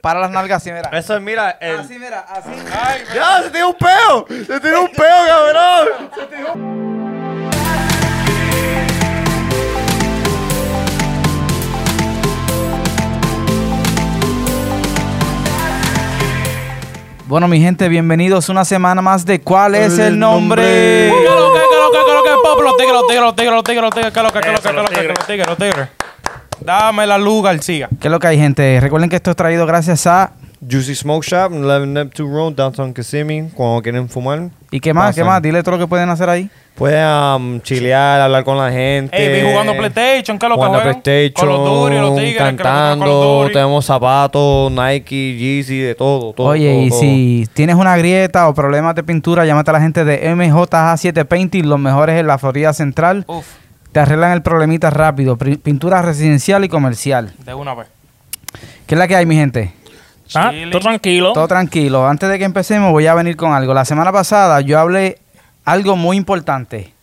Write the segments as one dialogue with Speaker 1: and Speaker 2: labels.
Speaker 1: Para las nalgas así, mira.
Speaker 2: Eso es, mira, el...
Speaker 1: Así, mira, así.
Speaker 2: ¡Ay, ¡Ya! ¡Se tiene un peo! ¡Se tiene un peo, cabrón! Se tiró un-
Speaker 1: Bueno, mi gente, bienvenidos una semana más de ¿Cuál es el nombre?
Speaker 3: ¿Qué lo que, qué lo que, qué lo que, Pop? Los tigres, los tigres, los tigres, los tigres, los tigres, qué lo que, qué lo que, qué lo que, los tigres, los tigres. Dame la luz, García.
Speaker 1: ¿Qué es lo que hay, gente? Recuerden que esto es traído gracias a...
Speaker 2: Juicy Smoke Shop, 11 Neptune Road, Downtown Kissimmee. Cuando quieren fumar,
Speaker 1: ¿Y qué más? ¿Qué
Speaker 2: Pasan.
Speaker 1: más? Dile todo lo que pueden hacer ahí.
Speaker 2: pueden um, chilear, hablar con la gente.
Speaker 3: Ey, vi jugando PlayStation, ¿qué lo que
Speaker 2: Este, Jugando
Speaker 3: juegan?
Speaker 2: PlayStation,
Speaker 3: Call of Duty, los tigres, que lo que juegan Call of
Speaker 2: cantando,
Speaker 3: Duty.
Speaker 2: tenemos zapatos, Nike, Yeezy, de todo, todo.
Speaker 1: Oye,
Speaker 2: todo,
Speaker 1: y
Speaker 2: todo.
Speaker 1: si tienes una grieta o problemas de pintura, llámate a la gente de MJA7 Painting, los mejores en la Florida Central.
Speaker 3: Uf,
Speaker 1: Te arreglan el problemita rápido. Pri- Pintura residencial y comercial.
Speaker 3: de una vez.
Speaker 1: ¿Qué es la que hay, mi gente?
Speaker 4: Ah,
Speaker 3: Chile.
Speaker 4: tú tranquilo.
Speaker 1: Todo tranquilo. Antes de que empecemos, voy a venir con algo. La semana pasada yo hablé algo muy importante.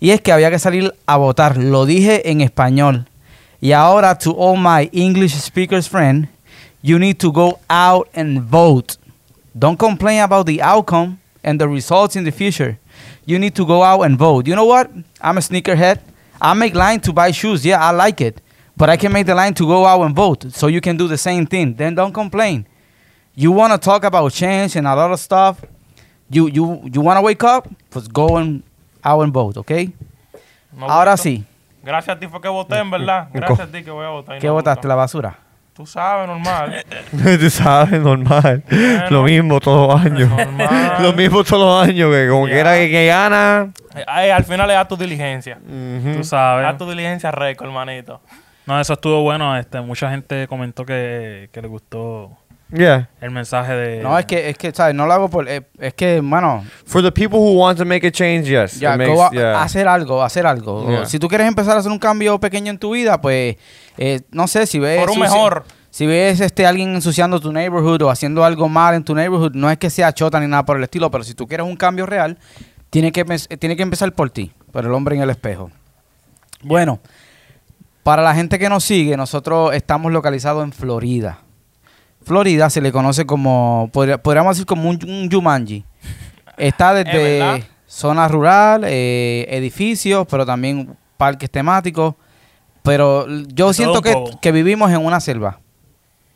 Speaker 1: Y es que había que salir a votar. Lo dije en español. Y ahora, to all my English speakers friend, you need to go out and vote. Don't complain about the outcome and the results in the future. You need to go out and vote. You know what? I'm a sneakerhead. I make line to buy shoes. Yeah, I like it. But I can make the line to go out and vote. So you can do the same thing. Then don't complain. you want to talk about change and a lot of stuff, you you you want to wake up, pues go and out and vote, ¿ok?
Speaker 3: No
Speaker 1: Ahora
Speaker 3: gusto.
Speaker 1: sí,
Speaker 3: Gracias a ti fue que voté, en verdad. Gracias a ti que voy a votar. y
Speaker 1: ¿qué
Speaker 3: no
Speaker 1: votaste?
Speaker 3: gusto.
Speaker 1: ¿La basura?
Speaker 3: Tú sabes, normal. Eh,
Speaker 2: Tú sabes, normal.
Speaker 3: Bueno.
Speaker 2: lo mismo todos los años.
Speaker 3: Normal.
Speaker 2: lo mismo todos los años, que como
Speaker 3: Ya.
Speaker 2: quiera que, que gana.
Speaker 3: Ay, eh, al final es a tu diligencia.
Speaker 4: Tú
Speaker 3: A
Speaker 4: sabes.
Speaker 3: tu diligencia récord, hermanito.
Speaker 4: No, eso estuvo bueno. Este, mucha gente comentó que, que le gustó
Speaker 2: Yeah.
Speaker 4: el mensaje de.
Speaker 1: No, es que, es que, ¿sabes? No lo hago por... eh, es que, mano,
Speaker 2: For the people who want to make a change, yes.
Speaker 1: ya,
Speaker 2: It
Speaker 1: go a-
Speaker 2: makes, yeah.
Speaker 1: hacer algo, hacer algo. O
Speaker 2: Yeah.
Speaker 1: Si tú quieres empezar a hacer un cambio pequeño en tu vida, pues, eh, no sé, si ves...
Speaker 3: Por un
Speaker 1: suci-
Speaker 3: mejor.
Speaker 1: Si ves este, alguien ensuciando tu neighborhood o haciendo algo mal en tu neighborhood, no es que sea chota ni nada por el estilo, pero si tú quieres un cambio real, tiene que, pens- tiene que empezar por ti, por el hombre en el espejo. Bueno, para la gente que nos sigue, nosotros estamos localizados en Florida. Florida se le conoce como, podría- podríamos decir como un, un Jumanji. Está
Speaker 3: Es verdad.
Speaker 1: desde zona rural, eh, edificios, pero también parques temáticos. Pero l- yo
Speaker 4: De todo
Speaker 1: siento
Speaker 4: un
Speaker 1: que,
Speaker 4: poco.
Speaker 1: que vivimos en una selva,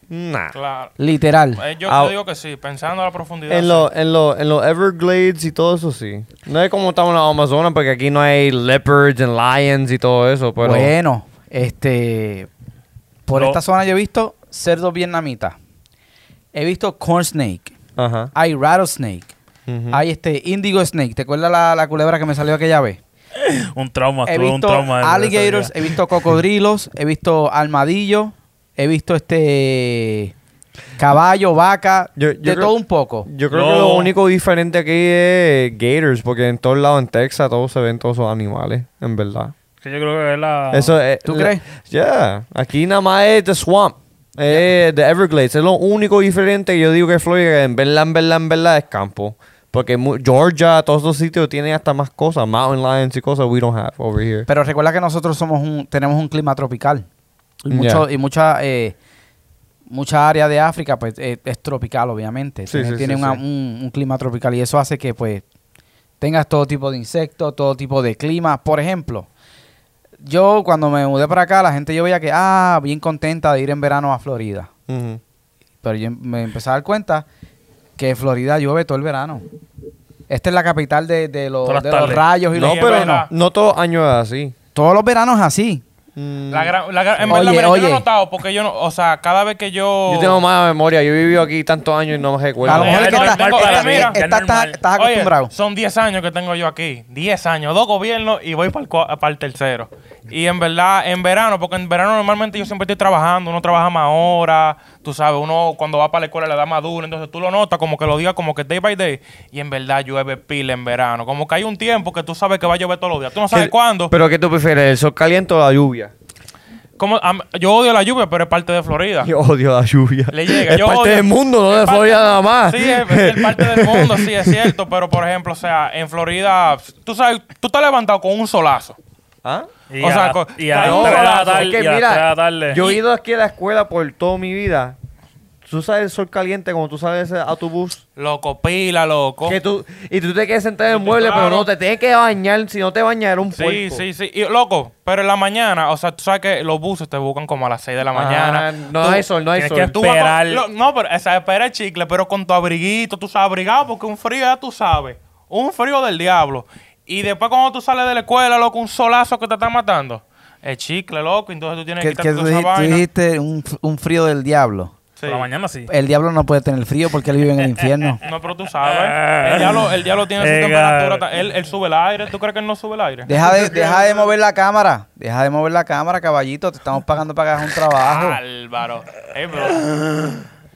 Speaker 2: Nah.
Speaker 3: Claro.
Speaker 1: literal.
Speaker 3: Eh, Yo
Speaker 2: Ah.
Speaker 3: te digo que sí, pensando a la profundidad.
Speaker 2: En los en lo, en los Everglades y todo eso sí. No es como estamos en la Amazonas porque aquí no hay leopards and lions y todo eso, pero
Speaker 1: bueno, este, por
Speaker 4: Lo-
Speaker 1: esta zona yo he visto cerdos vietnamitas, he visto corn snake,
Speaker 2: ajá.
Speaker 1: hay rattlesnake,
Speaker 2: Ujú.
Speaker 1: hay este indigo snake. ¿Te acuerdas la, la culebra que me salió aquella vez?
Speaker 4: Un trauma,
Speaker 1: He
Speaker 4: tuve un
Speaker 1: visto
Speaker 4: trauma. de- de ese
Speaker 1: alligators,
Speaker 4: día.
Speaker 1: he visto cocodrilos, he visto armadillos, he visto este caballo, vaca,
Speaker 2: Yo- yo
Speaker 1: de
Speaker 2: creo-
Speaker 1: todo un poco.
Speaker 2: Yo creo que
Speaker 4: No.
Speaker 2: lo único diferente aquí es gators porque en todos lados en Texas todos se ven todos esos animales, en verdad.
Speaker 4: Que yo creo que es la.
Speaker 2: Eso es
Speaker 1: ¿Tú
Speaker 2: la-
Speaker 1: crees?
Speaker 2: Yeah, aquí nada más es the swamp. Eh, the Everglades es lo único diferente que yo digo que es Florida, que en verdad, en verdad, en verdad es campo. Porque mu- Georgia, todos esos sitios tienen hasta más cosas, mountain lions y cosas we don't have over here.
Speaker 1: Pero recuerda que nosotros somos un, tenemos un clima tropical. Y,
Speaker 2: Ya.
Speaker 1: mucho, y mucha, eh, mucha área de África pues, eh, es tropical, obviamente.
Speaker 2: Sí,
Speaker 1: tiene
Speaker 2: sí,
Speaker 1: tiene
Speaker 2: sí,
Speaker 1: una-
Speaker 2: sí.
Speaker 1: Un, un clima tropical y eso hace que pues tengas todo tipo de insectos, todo tipo de clima. Por ejemplo, yo cuando me mudé para acá, la gente yo veía que, ah, bien contenta de ir en verano a Florida.
Speaker 2: Ujú.
Speaker 1: Pero yo em- me empecé a dar cuenta que Florida llueve todo el verano. Esta es la capital de, de los,
Speaker 4: Todas las
Speaker 1: de los
Speaker 4: tardes.
Speaker 1: rayos y
Speaker 2: No,
Speaker 1: los
Speaker 2: pero
Speaker 1: truenos.
Speaker 2: no, no todo año es así.
Speaker 1: Todos los veranos es así.
Speaker 3: La gran, la gran- en
Speaker 1: Oye,
Speaker 3: verdad, mira, yo lo
Speaker 1: oye.
Speaker 3: he notado porque yo no, o sea, cada vez que yo.
Speaker 2: Yo tengo mala memoria, yo he vivido aquí tantos años y no me recuerdo.
Speaker 1: a lo
Speaker 4: no,
Speaker 1: mejor es que
Speaker 4: no,
Speaker 1: estás
Speaker 4: no,
Speaker 1: estás-
Speaker 3: para mí, ya
Speaker 4: es
Speaker 1: estás-
Speaker 4: normal.
Speaker 1: estás
Speaker 3: Oye,
Speaker 1: acostumbrado.
Speaker 3: son 10 años que tengo yo aquí. 10 años, dos gobiernos y voy para el, cua- para el tercero. Y en verdad, en verano, porque en verano normalmente yo siempre estoy trabajando, uno trabaja más horas, tú sabes, uno cuando va para la escuela le da más duro, entonces tú lo notas como que lo digas como que day by day. Y en verdad llueve pila en verano, como que hay un tiempo que tú sabes que va a llover todos los días. Tú no sabes
Speaker 2: ¿Qué-
Speaker 3: cuándo.
Speaker 2: ¿Pero qué tú prefieres, el sol caliente o la lluvia?
Speaker 3: Como, am- yo odio la lluvia, pero es parte de Florida.
Speaker 2: Yo odio la lluvia.
Speaker 3: Ah. Le llega,
Speaker 2: Es
Speaker 3: yo
Speaker 2: parte
Speaker 3: odio-
Speaker 2: del mundo, no de
Speaker 3: es parte-
Speaker 2: Florida nada más.
Speaker 3: Sí, es, es parte del mundo, sí, es cierto. Pero, por ejemplo, o sea, en Florida, tú sabes, tú te has levantado con un solazo.
Speaker 2: ¿Ah?
Speaker 4: Y
Speaker 3: o sea,
Speaker 4: a,
Speaker 3: co-
Speaker 4: y a
Speaker 3: no,
Speaker 4: las tres de la
Speaker 2: Es
Speaker 4: tarde.
Speaker 2: que
Speaker 4: y a las
Speaker 2: mira,
Speaker 4: tres de la tarde.
Speaker 2: Yo he ido aquí a la escuela por toda mi vida. tú sabes el sol caliente cuando tú sales a tu bus.
Speaker 3: Loco, pila, loco.
Speaker 2: Que tú, y tú te quedas sentado en el mueble,
Speaker 3: Claro.
Speaker 2: pero no te tienes que bañar. Si no te bañas, eres un
Speaker 3: Sí,
Speaker 2: puerco.
Speaker 3: sí, sí. Y, loco, pero en la mañana, o sea, tú sabes que los buses te buscan como a las 6 de la
Speaker 2: Ah,
Speaker 3: mañana.
Speaker 2: no
Speaker 3: Tú-
Speaker 2: hay sol, no hay
Speaker 3: tienes
Speaker 2: sol.
Speaker 3: que tú vas con-
Speaker 2: Esperar.
Speaker 3: lo- no, pero, o sea, espera el chicle, pero con tu abriguito, tú sabes, abrigado, porque un frío ya tú sabes. Un frío del diablo. Y después cuando tú sales de la escuela, loco, un solazo que te está matando. El chicle, loco, entonces tú tienes
Speaker 1: Que,
Speaker 3: que quitarte
Speaker 1: que tú,
Speaker 3: toda esa
Speaker 1: dijiste, tú
Speaker 3: vaina.
Speaker 1: dijiste un, f- un frío del diablo.
Speaker 3: Sí.
Speaker 4: Por la mañana sí.
Speaker 1: El diablo no puede tener frío porque él vive en el infierno.
Speaker 3: No, pero tú
Speaker 4: Eh.
Speaker 3: sabes. Él ya lo, él ya lo tiene su
Speaker 4: Venga.
Speaker 3: temperatura. ta- Él, él sube el aire. ¿Tú crees que él no sube el aire?
Speaker 1: Deja de, deja de mover la cámara. Deja de mover la cámara, caballito. Te estamos pagando para que hagas un
Speaker 3: Ah,
Speaker 1: trabajo.
Speaker 3: Álvaro. Ey, bro.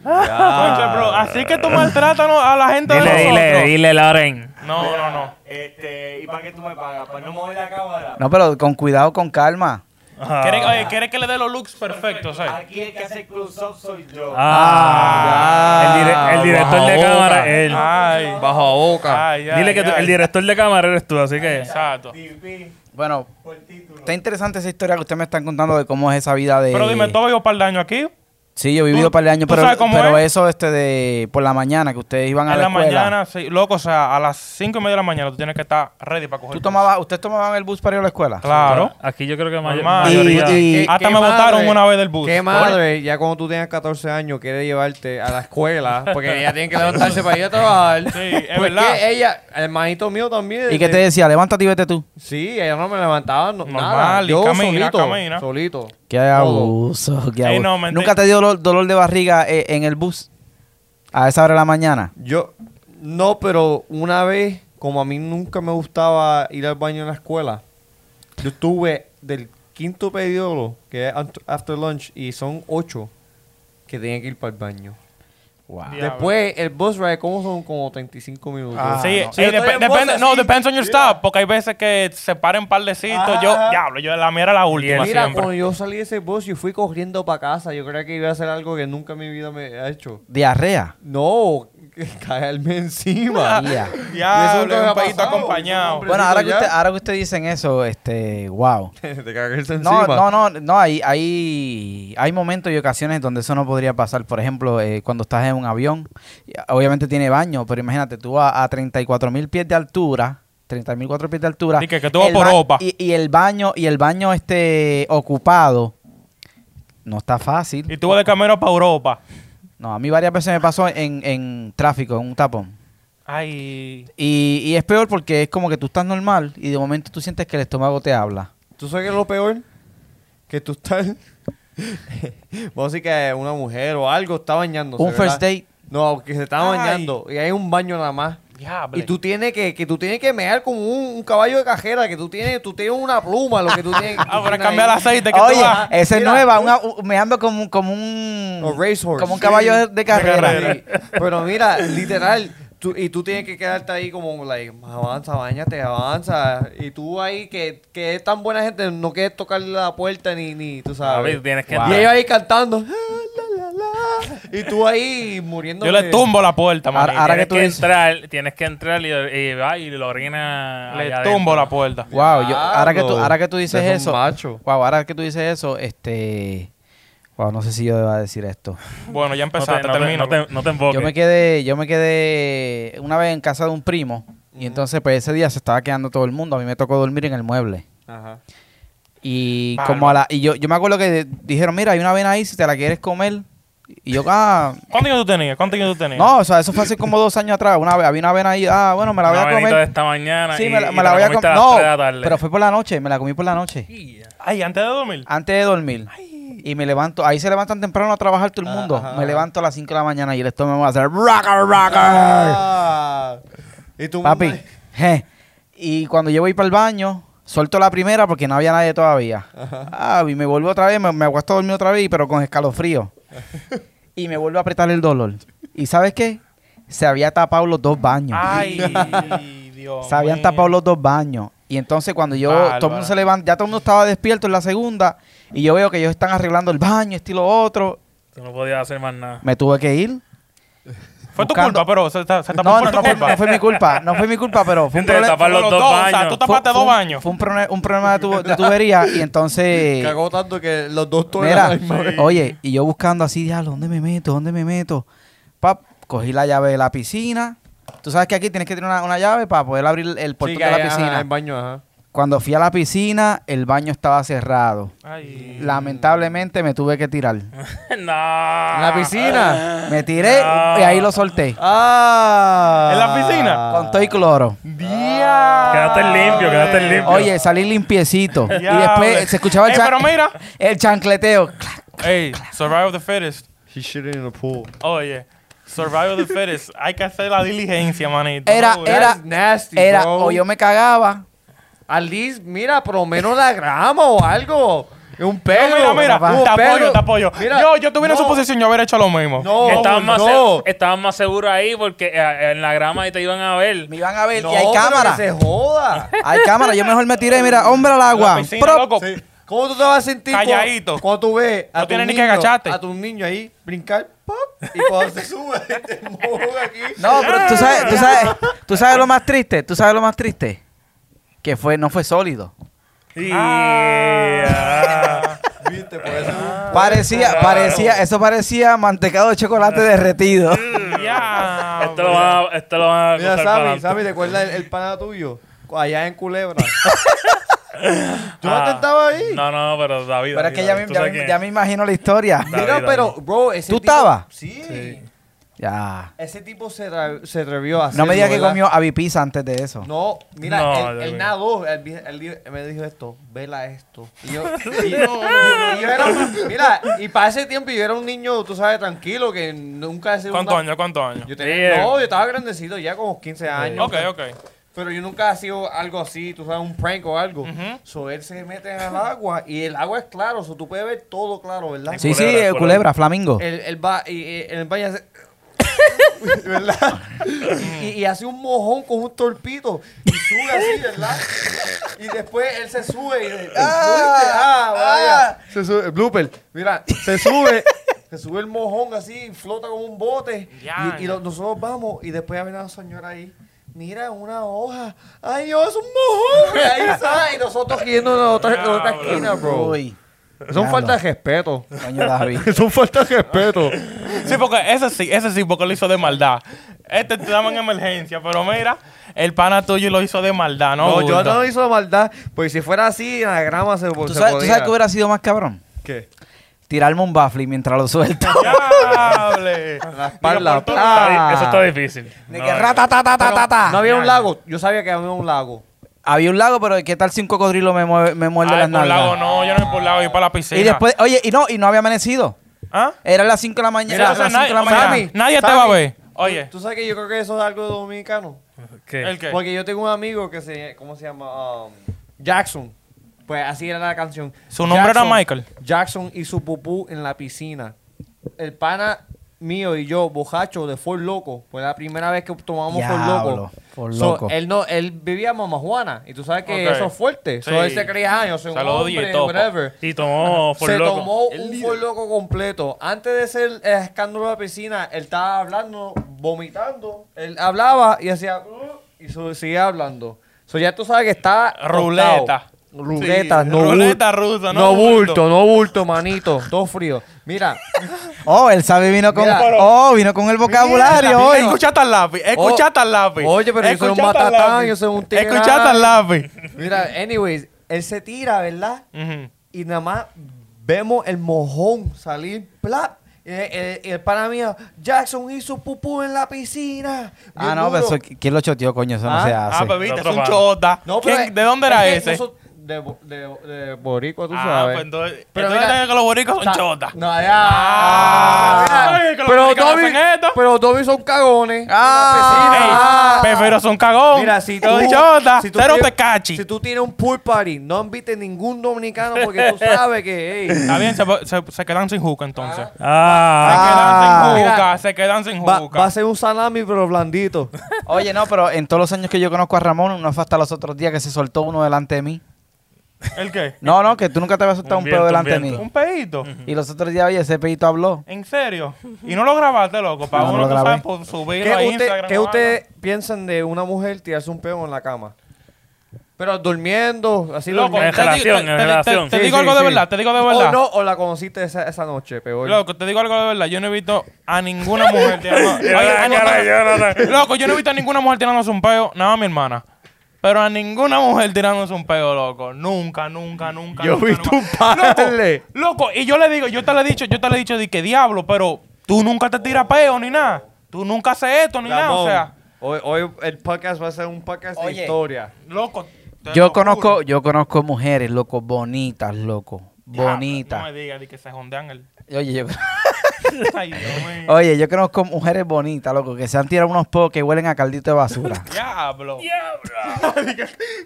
Speaker 3: Concha, bro. Así que tú maltratas ¿no? a la gente de
Speaker 4: Dile,
Speaker 3: nosotros.
Speaker 4: dile, dile, Loren.
Speaker 3: No, no, no.
Speaker 5: Este, ¿y para qué tú me pagas? ¿Para no mover la cámara?
Speaker 1: No, pero con cuidado, con calma.
Speaker 3: ¿Quieres, oye, ¿quieres Ah. que le dé los looks perfectos? eh? ¿sabes?
Speaker 5: Aquí el que hace close-up soy yo.
Speaker 4: Ah, el, dire- el director de
Speaker 2: baja
Speaker 4: cámara
Speaker 2: boca.
Speaker 4: es él.
Speaker 3: Ay,
Speaker 2: Bajo boca.
Speaker 3: ay, ay,
Speaker 4: Dile que tú-
Speaker 3: ay.
Speaker 4: el director de cámara eres tú, así que.
Speaker 3: Exacto.
Speaker 5: Pipí,
Speaker 1: Bueno,
Speaker 5: por título.
Speaker 1: está interesante esa historia que ustedes me están contando de cómo es esa vida de.
Speaker 3: Pero dime, ¿tú vivo para el daño aquí?
Speaker 1: Sí, yo he vivido
Speaker 3: ¿Tú-
Speaker 1: para el año,
Speaker 3: tú
Speaker 1: pero,
Speaker 3: sabes cómo
Speaker 1: pero
Speaker 3: es?
Speaker 1: eso este de por la mañana que ustedes iban a
Speaker 3: En
Speaker 1: la,
Speaker 3: la
Speaker 1: escuela.
Speaker 3: mañana, sí. Loco, o sea, a las 5 y media de la mañana tú tienes que estar ready para coger.
Speaker 1: ¿Tú
Speaker 3: el bus.
Speaker 1: tomabas, ustedes tomaban el bus para ir a la escuela?
Speaker 3: Claro.
Speaker 4: Aquí yo creo que may-
Speaker 3: Normal.
Speaker 4: mayoría.
Speaker 1: Y- y-
Speaker 3: Eh, Hasta me botaron una vez del bus.
Speaker 2: Qué madre, ya cuando tú tengas 14 años, quiere llevarte a la escuela porque ella tiene que levantarse para ir a trabajar.
Speaker 3: Sí, es
Speaker 2: Porque
Speaker 3: verdad.
Speaker 2: ella, el hermanito mío también.
Speaker 1: ¿Y qué te
Speaker 2: de-
Speaker 1: decía? Levántate y vete tú.
Speaker 2: Sí, ella no me levantaba no-
Speaker 3: Normal,
Speaker 2: nada.
Speaker 3: y
Speaker 2: Yo
Speaker 3: camina,
Speaker 2: solito,
Speaker 3: camina.
Speaker 2: solito.
Speaker 1: Qué
Speaker 2: Todo.
Speaker 1: abuso, qué
Speaker 3: Ey,
Speaker 1: abuso.
Speaker 3: no, me
Speaker 1: ¿Nunca
Speaker 3: ente-
Speaker 1: te dio dolor, dolor de barriga eh, en el bus? A esa hora de la mañana.
Speaker 2: Yo, no, pero una vez, como a mí nunca me gustaba ir al baño en la escuela, yo estuve del quinto periodo, que es ant- after lunch, y son ocho, que tenía que ir para el baño.
Speaker 3: Diablo.
Speaker 2: Después, el bus ride, ¿cómo son? Como 35 minutos. Si
Speaker 3: Sí, eh,
Speaker 2: yo Ah, estoy
Speaker 3: depe-
Speaker 2: en
Speaker 3: depende,
Speaker 2: Boston,
Speaker 3: no,
Speaker 2: sí.
Speaker 3: depende on your
Speaker 2: Mira,
Speaker 3: stop, porque hay veces que se paran un par de citos. Yo,
Speaker 2: Ajá.
Speaker 3: diablo, yo la mía era la última
Speaker 2: Mira,
Speaker 3: siempre.
Speaker 2: cuando yo salí de ese bus, yo fui corriendo para casa. Yo creía que iba a hacer algo que nunca en mi vida me ha hecho.
Speaker 1: Diarrea.
Speaker 2: No, caerme encima.
Speaker 1: Ya.
Speaker 3: Diablo,
Speaker 2: nunca me
Speaker 3: un
Speaker 2: ha
Speaker 3: pedito
Speaker 2: pasado.
Speaker 3: acompañado.
Speaker 1: Bueno, ahora que,
Speaker 2: ya.
Speaker 1: usted, ahora que ustedes dicen eso, este, wow.
Speaker 2: Te cagas
Speaker 1: No,
Speaker 2: encima.
Speaker 1: no, no, no, hay, hay, hay momentos y ocasiones donde eso no podría pasar. Por ejemplo, eh, cuando estás en un avión, y obviamente tiene baño, pero imagínate, tú a, a 34 mil pies de altura, 30 mil pies de altura.
Speaker 3: Y que- que tú vas
Speaker 1: el
Speaker 3: por
Speaker 1: ba-
Speaker 3: ropa.
Speaker 1: Y, y el baño, y el baño este ocupado, no está fácil.
Speaker 3: Y tuve de camino para Europa.
Speaker 1: No, a mí varias veces me pasó en, en tráfico, en un tapón.
Speaker 3: Ay.
Speaker 1: Y, y es peor porque es como que tú estás normal y de momento tú sientes que el estómago te habla.
Speaker 2: ¿Tú sabes qué es lo peor? Que tú estás... Vamos a decir que una mujer o algo está bañándose,
Speaker 1: Un
Speaker 2: ¿verdad?
Speaker 1: first date.
Speaker 2: No, que se está
Speaker 3: Ay.
Speaker 2: bañando y hay un baño nada más.
Speaker 3: Diablo.
Speaker 2: Y tú tienes que, que tú tienes que mear como un, un caballo de cajera, que tú tienes, tú tienes una pluma, lo que tú tienes.
Speaker 3: Ah, para cambiar el aceite que tú
Speaker 1: Oye,
Speaker 3: vas.
Speaker 1: ese
Speaker 2: Mira,
Speaker 1: nueva, una- u- me ando como, un- como un
Speaker 2: O racehorse.
Speaker 1: como un caballo de, de carrera.
Speaker 3: carrera.
Speaker 2: Sí, Pero mira, literal, tú- y tú tienes que quedarte ahí como, like, avanza, bañate, avanza. Y tú ahí, que, que es tan buena gente, no quieres tocar la puerta ni, ni tú sabes.
Speaker 4: Papi, tienes que
Speaker 2: Y
Speaker 4: entrar.
Speaker 2: ellos ahí cantando. "Ah, la, la, la", y tú ahí muriendo.
Speaker 3: Yo le tumbo la puerta,
Speaker 1: Ahora-
Speaker 3: manito.
Speaker 1: ahora
Speaker 4: tienes
Speaker 1: que tú
Speaker 4: que,
Speaker 1: dices-
Speaker 4: entrar, tienes que entrar y, y va y lo orina.
Speaker 3: Le
Speaker 4: allá
Speaker 3: tumbo
Speaker 4: adentro.
Speaker 3: la puerta.
Speaker 1: Wow, yo, ahora que tú
Speaker 2: Diablo.
Speaker 1: ahora que tú dices
Speaker 2: Eres un
Speaker 1: eso.
Speaker 2: macho.
Speaker 1: Wow, ahora que tú dices eso, este wow, no sé si yo deba decir esto.
Speaker 3: Bueno, ya
Speaker 4: No
Speaker 3: empezaste,
Speaker 4: te, no te-
Speaker 3: termina.
Speaker 4: no te- no te
Speaker 1: Yo me
Speaker 4: enfoques.
Speaker 1: quedé yo me quedé una vez en casa de un primo y entonces pues ese día se estaba quedando todo el mundo, a mí me tocó dormir en el mueble.
Speaker 2: Ajá.
Speaker 1: Y
Speaker 3: Bárbaro.
Speaker 1: como a la y yo yo me acuerdo que de- dijeron, "Mira, hay una avena ahí si te la quieres comer." Y yo, "Ah,
Speaker 3: ¿Cuántos años tú tenías? ¿Cuántos años tú tenías?
Speaker 1: no, o sea, eso fue hace como dos años atrás. Una, había una avena ahí, ah, bueno, me la voy
Speaker 4: Una
Speaker 1: a
Speaker 4: avenita de
Speaker 1: comer.
Speaker 4: esta mañana.
Speaker 1: Sí,
Speaker 4: y-
Speaker 1: me la,
Speaker 4: y
Speaker 1: me
Speaker 4: te
Speaker 1: la voy a
Speaker 4: comiste
Speaker 1: comer.
Speaker 4: las
Speaker 1: No,
Speaker 4: tres de la tarde.
Speaker 1: pero fue por la noche, me la comí por la noche.
Speaker 3: Ay, antes de dormir.
Speaker 1: Antes de dormir. Y me levanto, ahí se levantan temprano a trabajar todo el
Speaker 4: Ah,
Speaker 1: mundo.
Speaker 2: Ajá.
Speaker 1: Me levanto a las 5 de la mañana y el estómago va a hacer rocker, rocker.
Speaker 2: Ah. Y tú
Speaker 1: Papi, je. y cuando yo voy para el baño, suelto la primera porque no había nadie todavía. Ah, y me vuelvo otra vez, me, me acuesto a dormir otra vez, pero con escalofrío. y me vuelvo a apretar el dolor. ¿Y sabes qué? Se había tapado los dos baños.
Speaker 3: Ay, Dios.
Speaker 1: Se habían
Speaker 3: mío.
Speaker 1: tapado los dos baños. Y entonces cuando yo,
Speaker 3: Bárbara.
Speaker 1: todo el mundo se levanta, ya todo el mundo estaba despierto en la segunda, y yo veo que ellos están arreglando el baño, estilo otro,
Speaker 4: Tú no podías hacer más nada.
Speaker 1: me tuve que ir.
Speaker 3: Fue tu
Speaker 1: buscando-
Speaker 3: culpa, pero se, se, se tapó
Speaker 1: No,
Speaker 3: por
Speaker 1: no,
Speaker 3: tu
Speaker 1: no, fue,
Speaker 3: culpa.
Speaker 1: no fue mi culpa, no fue mi culpa, pero fue un
Speaker 6: Gente,
Speaker 1: problema.
Speaker 6: tapar los
Speaker 3: Los
Speaker 6: dos
Speaker 3: dos, o sea,
Speaker 6: baños.
Speaker 3: tú tapaste dos
Speaker 1: un-
Speaker 3: baños.
Speaker 1: Fue un, prone- un problema de, tu- de tubería y entonces.
Speaker 2: Cagó tanto que los dos todos
Speaker 1: eh, Mira,
Speaker 2: eran la misma vez.
Speaker 1: oye, y yo buscando así, diablo, ¿dónde me meto? ¿Dónde me meto? Pap, cogí la llave de la piscina. Tú sabes que aquí tienes que tener una, una llave para poder abrir el portón
Speaker 2: Sí, que
Speaker 1: de la
Speaker 2: hay, ajá,
Speaker 1: piscina.
Speaker 2: en baño, ajá.
Speaker 1: Cuando fui a la piscina, el baño estaba cerrado.
Speaker 3: Ay.
Speaker 1: Lamentablemente me tuve que tirar.
Speaker 6: no.
Speaker 1: Ah.
Speaker 2: ¿En la piscina?
Speaker 1: Me tiré y ahí lo solté.
Speaker 2: ¡Ah!
Speaker 3: ¿En la piscina?
Speaker 1: Con todo y cloro.
Speaker 3: Día.
Speaker 6: Quédate limpio, quédate limpio.
Speaker 1: Oye, salí limpiecito. y después se escuchaba el,
Speaker 2: Eh,
Speaker 3: Ey,
Speaker 1: chan-
Speaker 3: pero mira.
Speaker 1: el chancleteo.
Speaker 3: Ey, survive of the fittest.
Speaker 2: He shit in the pool.
Speaker 3: Oye, survive of the fittest. Hay que hacer la diligencia, manito.
Speaker 1: Era,
Speaker 3: No, eh.
Speaker 1: era,
Speaker 2: That's nasty,
Speaker 1: era,
Speaker 2: bro.
Speaker 1: o yo me cagaba.
Speaker 2: At least, mira, por lo menos la grama o algo. Un perro.
Speaker 3: No, mira, mira,
Speaker 2: Un
Speaker 3: te apoyo,
Speaker 2: perro.
Speaker 3: te apoyo.
Speaker 2: Mira,
Speaker 3: yo, yo tuviera en su
Speaker 2: no,
Speaker 3: posición, yo hubiera hecho lo mismo.
Speaker 2: No,
Speaker 6: Estabas más,
Speaker 2: Oh, no.
Speaker 6: se- estabas más seguro ahí porque eh, en la grama y te iban a ver.
Speaker 1: Me iban a ver
Speaker 2: No,
Speaker 1: y hay
Speaker 2: pero
Speaker 1: cámara.
Speaker 2: que se joda.
Speaker 1: Hay cámara, yo mejor me tiré, mira, hombre al
Speaker 3: La
Speaker 1: agua.
Speaker 3: piscina,
Speaker 1: Prop.
Speaker 3: loco.
Speaker 2: Sí. ¿Cómo tú te vas a sentir cu-
Speaker 3: Calladito.
Speaker 2: cuando tú ves a
Speaker 3: No
Speaker 2: tu
Speaker 3: tienes ni que
Speaker 2: niño-
Speaker 3: agacharte.
Speaker 2: a tu niño ahí brincar pop, y cuando se sube te moja aquí? Ah.
Speaker 1: No, pero tú sabes, tú sabes, tú sabes lo más triste, tú sabes lo más triste. Que fue, no fue sólido.
Speaker 3: Ah,
Speaker 6: Yeah.
Speaker 2: Viste, por eso.
Speaker 1: Parecía, parecía, eso parecía mantecado de chocolate derretido.
Speaker 3: Ya.
Speaker 6: Esto lo van a, esto lo van a
Speaker 2: Mira,
Speaker 6: gozar
Speaker 2: Sammy,
Speaker 6: pa'lante.
Speaker 2: Sammy, ¿te acuerdas el, el pana tuyo? Allá en Culebra. Yo no te estaba ahí.
Speaker 6: No, no, pero David.
Speaker 1: Pero es
Speaker 6: David,
Speaker 1: que ya
Speaker 6: David,
Speaker 1: me,
Speaker 6: tú
Speaker 1: ya
Speaker 6: sabes
Speaker 1: me-
Speaker 6: quién.
Speaker 1: ya me imagino la historia.
Speaker 2: Mira,
Speaker 6: David,
Speaker 2: pero, bro, ese
Speaker 1: ¿Tú
Speaker 2: tipo-
Speaker 1: estabas?
Speaker 2: Sí.
Speaker 1: Ya.
Speaker 2: Ese tipo se, tra- se atrevió a hacer.
Speaker 1: No me digas que comió avipisa antes de eso.
Speaker 2: No, mira,
Speaker 6: No,
Speaker 2: él,
Speaker 6: Dios
Speaker 2: él
Speaker 6: mío.
Speaker 2: nadó, él, vi- él di- me dijo esto, vela esto. Y yo, y- y yo era, mira, y para ese tiempo yo era un niño, tú sabes, tranquilo, que nunca he
Speaker 3: ¿Cuántos
Speaker 2: una-
Speaker 3: años? ¿Cuántos años?
Speaker 2: Yo tenía-
Speaker 6: Sí.
Speaker 2: no, yo estaba grandecito ya como 15 años.
Speaker 3: Ok, ok.
Speaker 2: Pero yo nunca he sido algo así, tú sabes, un prank o algo. So él se mete en el agua y el agua es claro, so tú puedes ver todo claro, ¿verdad?
Speaker 1: Sí, sí,
Speaker 6: Culebra,
Speaker 1: eh,
Speaker 6: culebra.
Speaker 1: culebra, flamingo.
Speaker 2: Él, él va y, y- en el baño hace. ¿Verdad? Y, y hace un mojón con un torpito. Y sube así, ¿verdad? Y después él se sube y dice, ¡Ah! vaya". Se sube, blooper. Mira, se sube. Se sube el mojón así, flota como un bote.
Speaker 3: Ya,
Speaker 2: y y lo- nosotros vamos y después había una señora ahí. Mira, una hoja. ¡Ay, Dios, es un mojón! Y ahí sale. Y nosotros yendo a la otra, a la otra
Speaker 3: Ah,
Speaker 2: esquina, bro.
Speaker 1: Uy,
Speaker 2: Son falta de respeto.
Speaker 1: coño David.
Speaker 2: Son falta de respeto.
Speaker 3: Sí, porque ese sí, ese sí, porque lo hizo de maldad. Este te daban emergencia, pero mira, el pana tuyo lo hizo de maldad, ¿no?
Speaker 2: No, yo
Speaker 3: Bulto?
Speaker 2: no hizo la maldad. Porque si fuera así, en la grama se,
Speaker 1: ¿Tú sabes, ¿Tú sabes qué hubiera sido más cabrón?
Speaker 2: ¿Qué?
Speaker 1: Tirarme un baffle mientras lo suelto.
Speaker 3: ¡Diable!
Speaker 2: La espalda.
Speaker 3: Digo, por
Speaker 6: Está
Speaker 2: ¡plá!
Speaker 6: di- Eso está difícil.
Speaker 1: De
Speaker 6: No,
Speaker 1: que rata, ta, ta, ta, ta, ta.
Speaker 2: No había un lago. Yo sabía que había un lago.
Speaker 1: Había un lago, pero ¿qué tal si un cocodrilo me, mueve, me muerde
Speaker 3: Ay,
Speaker 1: las
Speaker 3: por
Speaker 1: nalgas?
Speaker 3: Ah, lago no, yo no voy por lago, yo para la piscina.
Speaker 1: y después, oye, y no, y no había amanecido.
Speaker 3: ¿Ah?
Speaker 1: Era las 5 de la mañana.
Speaker 2: Mira,
Speaker 1: las
Speaker 3: Entonces
Speaker 1: cinco
Speaker 3: nadie,
Speaker 1: de la
Speaker 3: mira,
Speaker 1: mañana.
Speaker 2: Sammy,
Speaker 3: nadie te
Speaker 2: Sammy.
Speaker 3: va a ver. Oye,
Speaker 2: Tú sabes que yo creo que eso es algo dominicano.
Speaker 6: ¿Qué?
Speaker 3: ¿el qué?
Speaker 2: Porque yo tengo un amigo que se... ¿Cómo se llama? Um, Jackson. Pues así era la canción.
Speaker 3: Su nombre era
Speaker 2: Jackson-
Speaker 3: Michael.
Speaker 2: Jackson y su pupú en la piscina. El pana mío y yo, bojacho de Fort Loco. Fue la primera vez que tomamos Fort Loco.
Speaker 1: Diablo, Fort
Speaker 2: So,
Speaker 1: Loco.
Speaker 2: él no, él vivía en Mama Juana. Y tú sabes que
Speaker 3: Ok.
Speaker 2: eso es fuerte. So,
Speaker 3: Sí.
Speaker 2: él se creía, "Ay, yo soy un
Speaker 3: Saludos,
Speaker 2: hombre,
Speaker 3: DJ Topo".
Speaker 2: whatever.
Speaker 6: Y tomó por
Speaker 2: se
Speaker 6: loco.
Speaker 2: tomó un Fort Loco completo. Antes de ser el escándalo de la piscina, él estaba hablando, vomitando. Él hablaba y hacía... "Uh", y so- seguía hablando. So, ya tú sabes que está...
Speaker 3: Ruleta.
Speaker 2: tostado. Ruleta,
Speaker 3: Sí,
Speaker 2: no bul-
Speaker 3: ruleta rusa, no
Speaker 2: no
Speaker 3: bulto.
Speaker 2: bulto, no bulto, manito. Todo frío. Mira,
Speaker 1: Oh, el sabe vino con.
Speaker 2: Mira.
Speaker 1: oh, vino con el vocabulario hoy.
Speaker 3: Escuchate al lápiz, escuchate al lápiz.
Speaker 2: Oye, pero yo soy un
Speaker 3: Escuchate al
Speaker 2: matatán,
Speaker 3: lápiz.
Speaker 2: yo soy un tigre. Ah,
Speaker 3: Escuchate al lápiz.
Speaker 2: mira, anyways, él se tira, ¿verdad?
Speaker 3: Ujú.
Speaker 2: Y nada más vemos el mojón salir, plap. Eh, Y el, el, el pana mío, Jackson hizo pupú en la piscina.
Speaker 1: Ah,
Speaker 2: Bien
Speaker 1: no, pero
Speaker 2: duro.
Speaker 1: eso, ¿quién lo choteó, coño? Eso no
Speaker 2: Ah,
Speaker 1: se
Speaker 3: Ah,
Speaker 1: hace.
Speaker 3: pues viste, es
Speaker 6: Otro
Speaker 3: un
Speaker 6: pana.
Speaker 3: chota.
Speaker 2: No, pero
Speaker 3: ¿Quién-
Speaker 2: es-
Speaker 3: ¿De dónde
Speaker 2: es
Speaker 3: era
Speaker 2: que
Speaker 3: ese?
Speaker 2: nosotros- De, bo- de, de boricua, tú
Speaker 3: Ah,
Speaker 2: sabes.
Speaker 3: pues entonces,
Speaker 2: Pero
Speaker 3: entonces
Speaker 2: mira,
Speaker 3: que los boricos son
Speaker 2: Ta-
Speaker 3: chotas.
Speaker 2: No, ya.
Speaker 3: Ah.
Speaker 2: Mira,
Speaker 3: Ay, que los
Speaker 2: pero
Speaker 3: americanos
Speaker 2: Dobby,
Speaker 3: hacen esto.
Speaker 2: pero Dobby son cagones.
Speaker 1: Ah.
Speaker 2: Una
Speaker 3: Ey,
Speaker 2: piscina.
Speaker 3: pero son cagón.
Speaker 2: Mira, si tú,
Speaker 3: Son chotas,
Speaker 2: si tú
Speaker 3: pero
Speaker 2: tienes-
Speaker 3: te cachi.
Speaker 2: Si tú tienes un pool party, no invites ningún dominicano porque tú sabes que, ey,
Speaker 3: Está bien, se, se- se quedan sin juca entonces.
Speaker 6: Ah,
Speaker 1: Ah.
Speaker 3: se quedan sin juca,
Speaker 2: Mira.
Speaker 3: se quedan sin
Speaker 2: va,
Speaker 3: juca.
Speaker 2: va a ser un salami pero blandito.
Speaker 1: Oye, no, pero en todos los años que yo conozco a Ramón, no fue hasta los otros días que se soltó uno delante de mí.
Speaker 3: ¿El qué?
Speaker 1: No, no, que tú nunca te habías soltado un,
Speaker 6: Un
Speaker 1: pedo
Speaker 6: viento, un
Speaker 1: delante de mí.
Speaker 6: viento.
Speaker 3: ¿Un pedito?
Speaker 1: Y los otros días, oye, ese pedito habló.
Speaker 3: ¿En serio? Y no lo grabaste, loco. Para
Speaker 1: No, no
Speaker 3: uno
Speaker 1: lo
Speaker 3: que
Speaker 1: grabé.
Speaker 3: sabe por subirlo a
Speaker 2: ¿Qué
Speaker 3: Instagram.
Speaker 2: usted, ¿qué
Speaker 3: o
Speaker 2: usted
Speaker 3: algo.
Speaker 2: piensan de una mujer tirarse un peo en la cama? Pero durmiendo, así
Speaker 3: Loco,
Speaker 2: durmiendo.
Speaker 6: en
Speaker 3: te digo-
Speaker 6: relación,
Speaker 3: te-
Speaker 6: en
Speaker 3: te- te-
Speaker 6: relación.
Speaker 3: Te
Speaker 2: Sí,
Speaker 3: digo
Speaker 2: sí,
Speaker 3: algo de
Speaker 2: sí.
Speaker 3: verdad, te digo de verdad.
Speaker 2: O no, o la conociste esa, esa noche, peor.
Speaker 3: Loco, te digo algo de verdad. Yo no he visto a ninguna mujer tirando. Oye,
Speaker 6: Ah,
Speaker 3: a ninguna- Loco, yo no he visto a ninguna mujer tirándose un peo. Nada, mi hermana. Pero a ninguna mujer tirándose un peo, loco. Nunca, nunca, nunca.
Speaker 2: Yo
Speaker 3: nunca,
Speaker 2: vi
Speaker 3: nunca.
Speaker 2: tu padre.
Speaker 3: Loco, loco, y yo le digo, yo te lo he dicho, yo te lo he dicho de que diablo, pero tú nunca te tiras peo ni nada. Tú nunca haces esto ni nada. O
Speaker 2: Ramón,
Speaker 3: sea,
Speaker 2: hoy, hoy el podcast va a ser un podcast de
Speaker 1: Oye.
Speaker 2: historia.
Speaker 3: loco. te
Speaker 1: Yo
Speaker 3: lo
Speaker 1: conozco,
Speaker 3: juro.
Speaker 1: yo conozco mujeres, loco, bonitas, loco.
Speaker 3: Diablo,
Speaker 1: Bonitas.
Speaker 3: No me digas de que se jondean el.
Speaker 1: Oye, yo,
Speaker 3: Ay, Dios mío.
Speaker 1: oye, yo conozco mujeres bonitas, loco, que se han tirado unos pocos que huelen a caldito de basura.
Speaker 3: Diablo.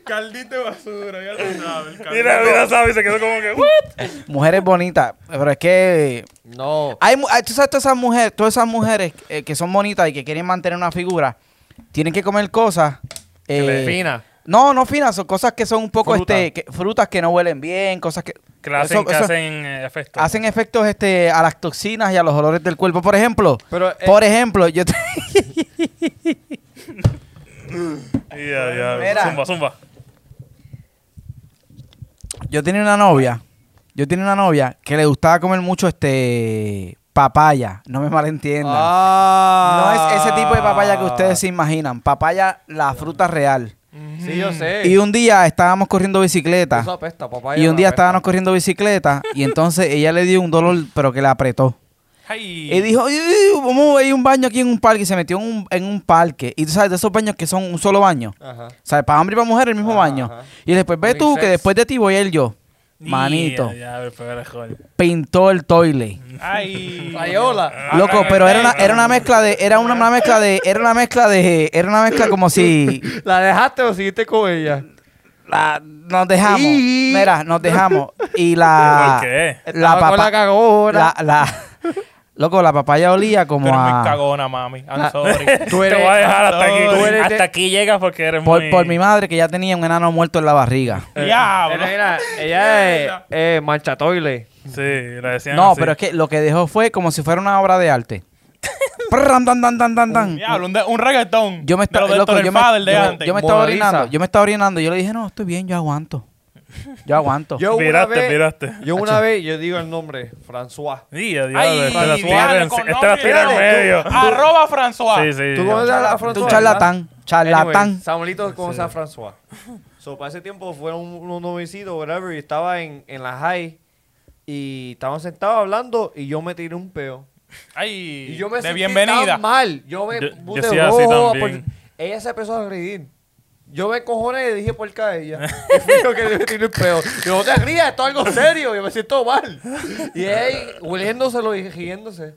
Speaker 3: Caldito de basura, ya lo sabes. caldito.
Speaker 6: Mira, mira, sabe, se quedó como que, ¿what?
Speaker 1: mujeres bonitas, pero es que
Speaker 2: No.
Speaker 1: hay, mu- hay- tú sabes todas esas mujeres, todas esas mujeres eh, que son bonitas y que quieren mantener una figura, tienen que comer cosas eh,
Speaker 2: Fina.
Speaker 1: No, no finas, son cosas que son un poco
Speaker 2: Fruta.
Speaker 1: este, que- frutas que no huelen bien, cosas que
Speaker 6: Que la hacen,
Speaker 1: eso-
Speaker 6: que
Speaker 1: eso-
Speaker 6: hacen eh, efecto.
Speaker 1: hacen efectos este a las toxinas y a los olores del cuerpo, por ejemplo.
Speaker 2: Pero, eh,
Speaker 1: por ejemplo, yo te-
Speaker 6: Ya, ya,
Speaker 1: Mira.
Speaker 6: Zumba, zumba.
Speaker 1: yo tenía una novia, yo tenía una novia que le gustaba comer mucho este papaya, no me malentiendan. No
Speaker 2: Ah.
Speaker 1: es ese tipo de papaya que ustedes se imaginan, papaya la fruta real.
Speaker 2: Sí, yo sé.
Speaker 1: Mm. Y un día estábamos corriendo bicicleta.
Speaker 2: Eso apesta, papaya
Speaker 1: Y un día
Speaker 2: apesta.
Speaker 1: estábamos corriendo bicicleta y entonces ella le dio un dolor, pero que la apretó.
Speaker 3: Ay.
Speaker 1: Y dijo, "Ay, ay, vamos a ir a un baño aquí en un parque. Y se metió en un, en un parque. Y tú sabes, de esos baños que son un solo baño.
Speaker 2: Ajá.
Speaker 1: O sea, para hombre y para mujer el mismo
Speaker 2: Ajá,
Speaker 1: baño.
Speaker 2: ajá.
Speaker 1: Y después ve tú que
Speaker 2: Unisex.
Speaker 1: después de ti voy a ir yo. Manito.
Speaker 6: Ya, ya, el peor error.
Speaker 1: Pintó el toile.
Speaker 3: Ay.
Speaker 6: Ah,
Speaker 2: Rayola.
Speaker 1: Loco, pero era una, era una mezcla de, era una, una mezcla de, era una mezcla de, era una mezcla como si
Speaker 2: ¿La dejaste o seguiste con ella?
Speaker 1: la- nos dejamos.
Speaker 2: Y-
Speaker 1: Mira, nos dejamos. Y la,
Speaker 6: ¿Por qué?
Speaker 1: la
Speaker 2: Estaba con la
Speaker 1: papaya,
Speaker 2: cagona.
Speaker 1: la, la- loco, la papaya olía
Speaker 3: Tú
Speaker 1: como
Speaker 3: eres muy
Speaker 1: a, Ah.
Speaker 3: cagona, mami. I'm sorry.
Speaker 2: Tú
Speaker 6: Te voy a dejar hasta aquí.
Speaker 2: tú eres de-
Speaker 6: Hasta aquí llegas porque eres
Speaker 1: por,
Speaker 6: muy...
Speaker 1: por mi madre que ya tenía un enano muerto en la barriga.
Speaker 3: Diablo.
Speaker 2: Era- era- ella es eh, mancha toile.
Speaker 6: Sí, la decían
Speaker 1: No,
Speaker 6: así.
Speaker 1: pero es que lo que dejó fue como si fuera una obra de arte. Prrran, dan, dan, dan, dan, dan.
Speaker 3: Diablo, un, de- un reggaetón.
Speaker 1: Yo me
Speaker 3: de
Speaker 1: estaba
Speaker 3: los de
Speaker 1: loco,
Speaker 3: Héctor
Speaker 1: yo
Speaker 3: el
Speaker 1: me,
Speaker 3: Fader de
Speaker 1: yo me-
Speaker 3: antes.
Speaker 1: yo me estaba
Speaker 2: Mona Lisa.
Speaker 1: orinando, yo me estaba orinando, yo le dije, "No, estoy bien, yo aguanto." Yo aguanto.
Speaker 2: Yo
Speaker 6: Miraste, miraste.
Speaker 2: Yo una vez, yo digo el nombre, François.
Speaker 6: Sí, ya, diablo,
Speaker 3: Ay,
Speaker 6: te la
Speaker 3: diablo,
Speaker 6: tiraron,
Speaker 3: con
Speaker 6: te la
Speaker 3: nombre y
Speaker 6: tiraron en
Speaker 3: todo.
Speaker 6: medio.
Speaker 3: Arroba François.
Speaker 6: Sí, sí.
Speaker 2: ¿Tú
Speaker 6: ya.
Speaker 2: conoces a François?
Speaker 1: Tú charlatán, charlatán.
Speaker 2: Anyway,
Speaker 6: Pues
Speaker 2: Samuelito conoce a François. So, para ese tiempo fueron unos novicitos, whatever, y estaba en, en la high. Y estábamos sentados hablando y yo me tiré un peo.
Speaker 3: Ay.
Speaker 2: Y yo me
Speaker 3: de
Speaker 2: sentí
Speaker 3: bienvenida.
Speaker 2: tan mal. Yo me
Speaker 6: Yo- yo
Speaker 2: puse
Speaker 6: soy así
Speaker 2: rojo,
Speaker 6: también.
Speaker 2: por- Ella se empezó a reír. Yo me cojones y le dije por a ella. Y fui yo que le tiré el peo. Yo no te rías, esto es algo serio. Yo me siento mal. Y ella ahí, hueliéndoselo y riéndose.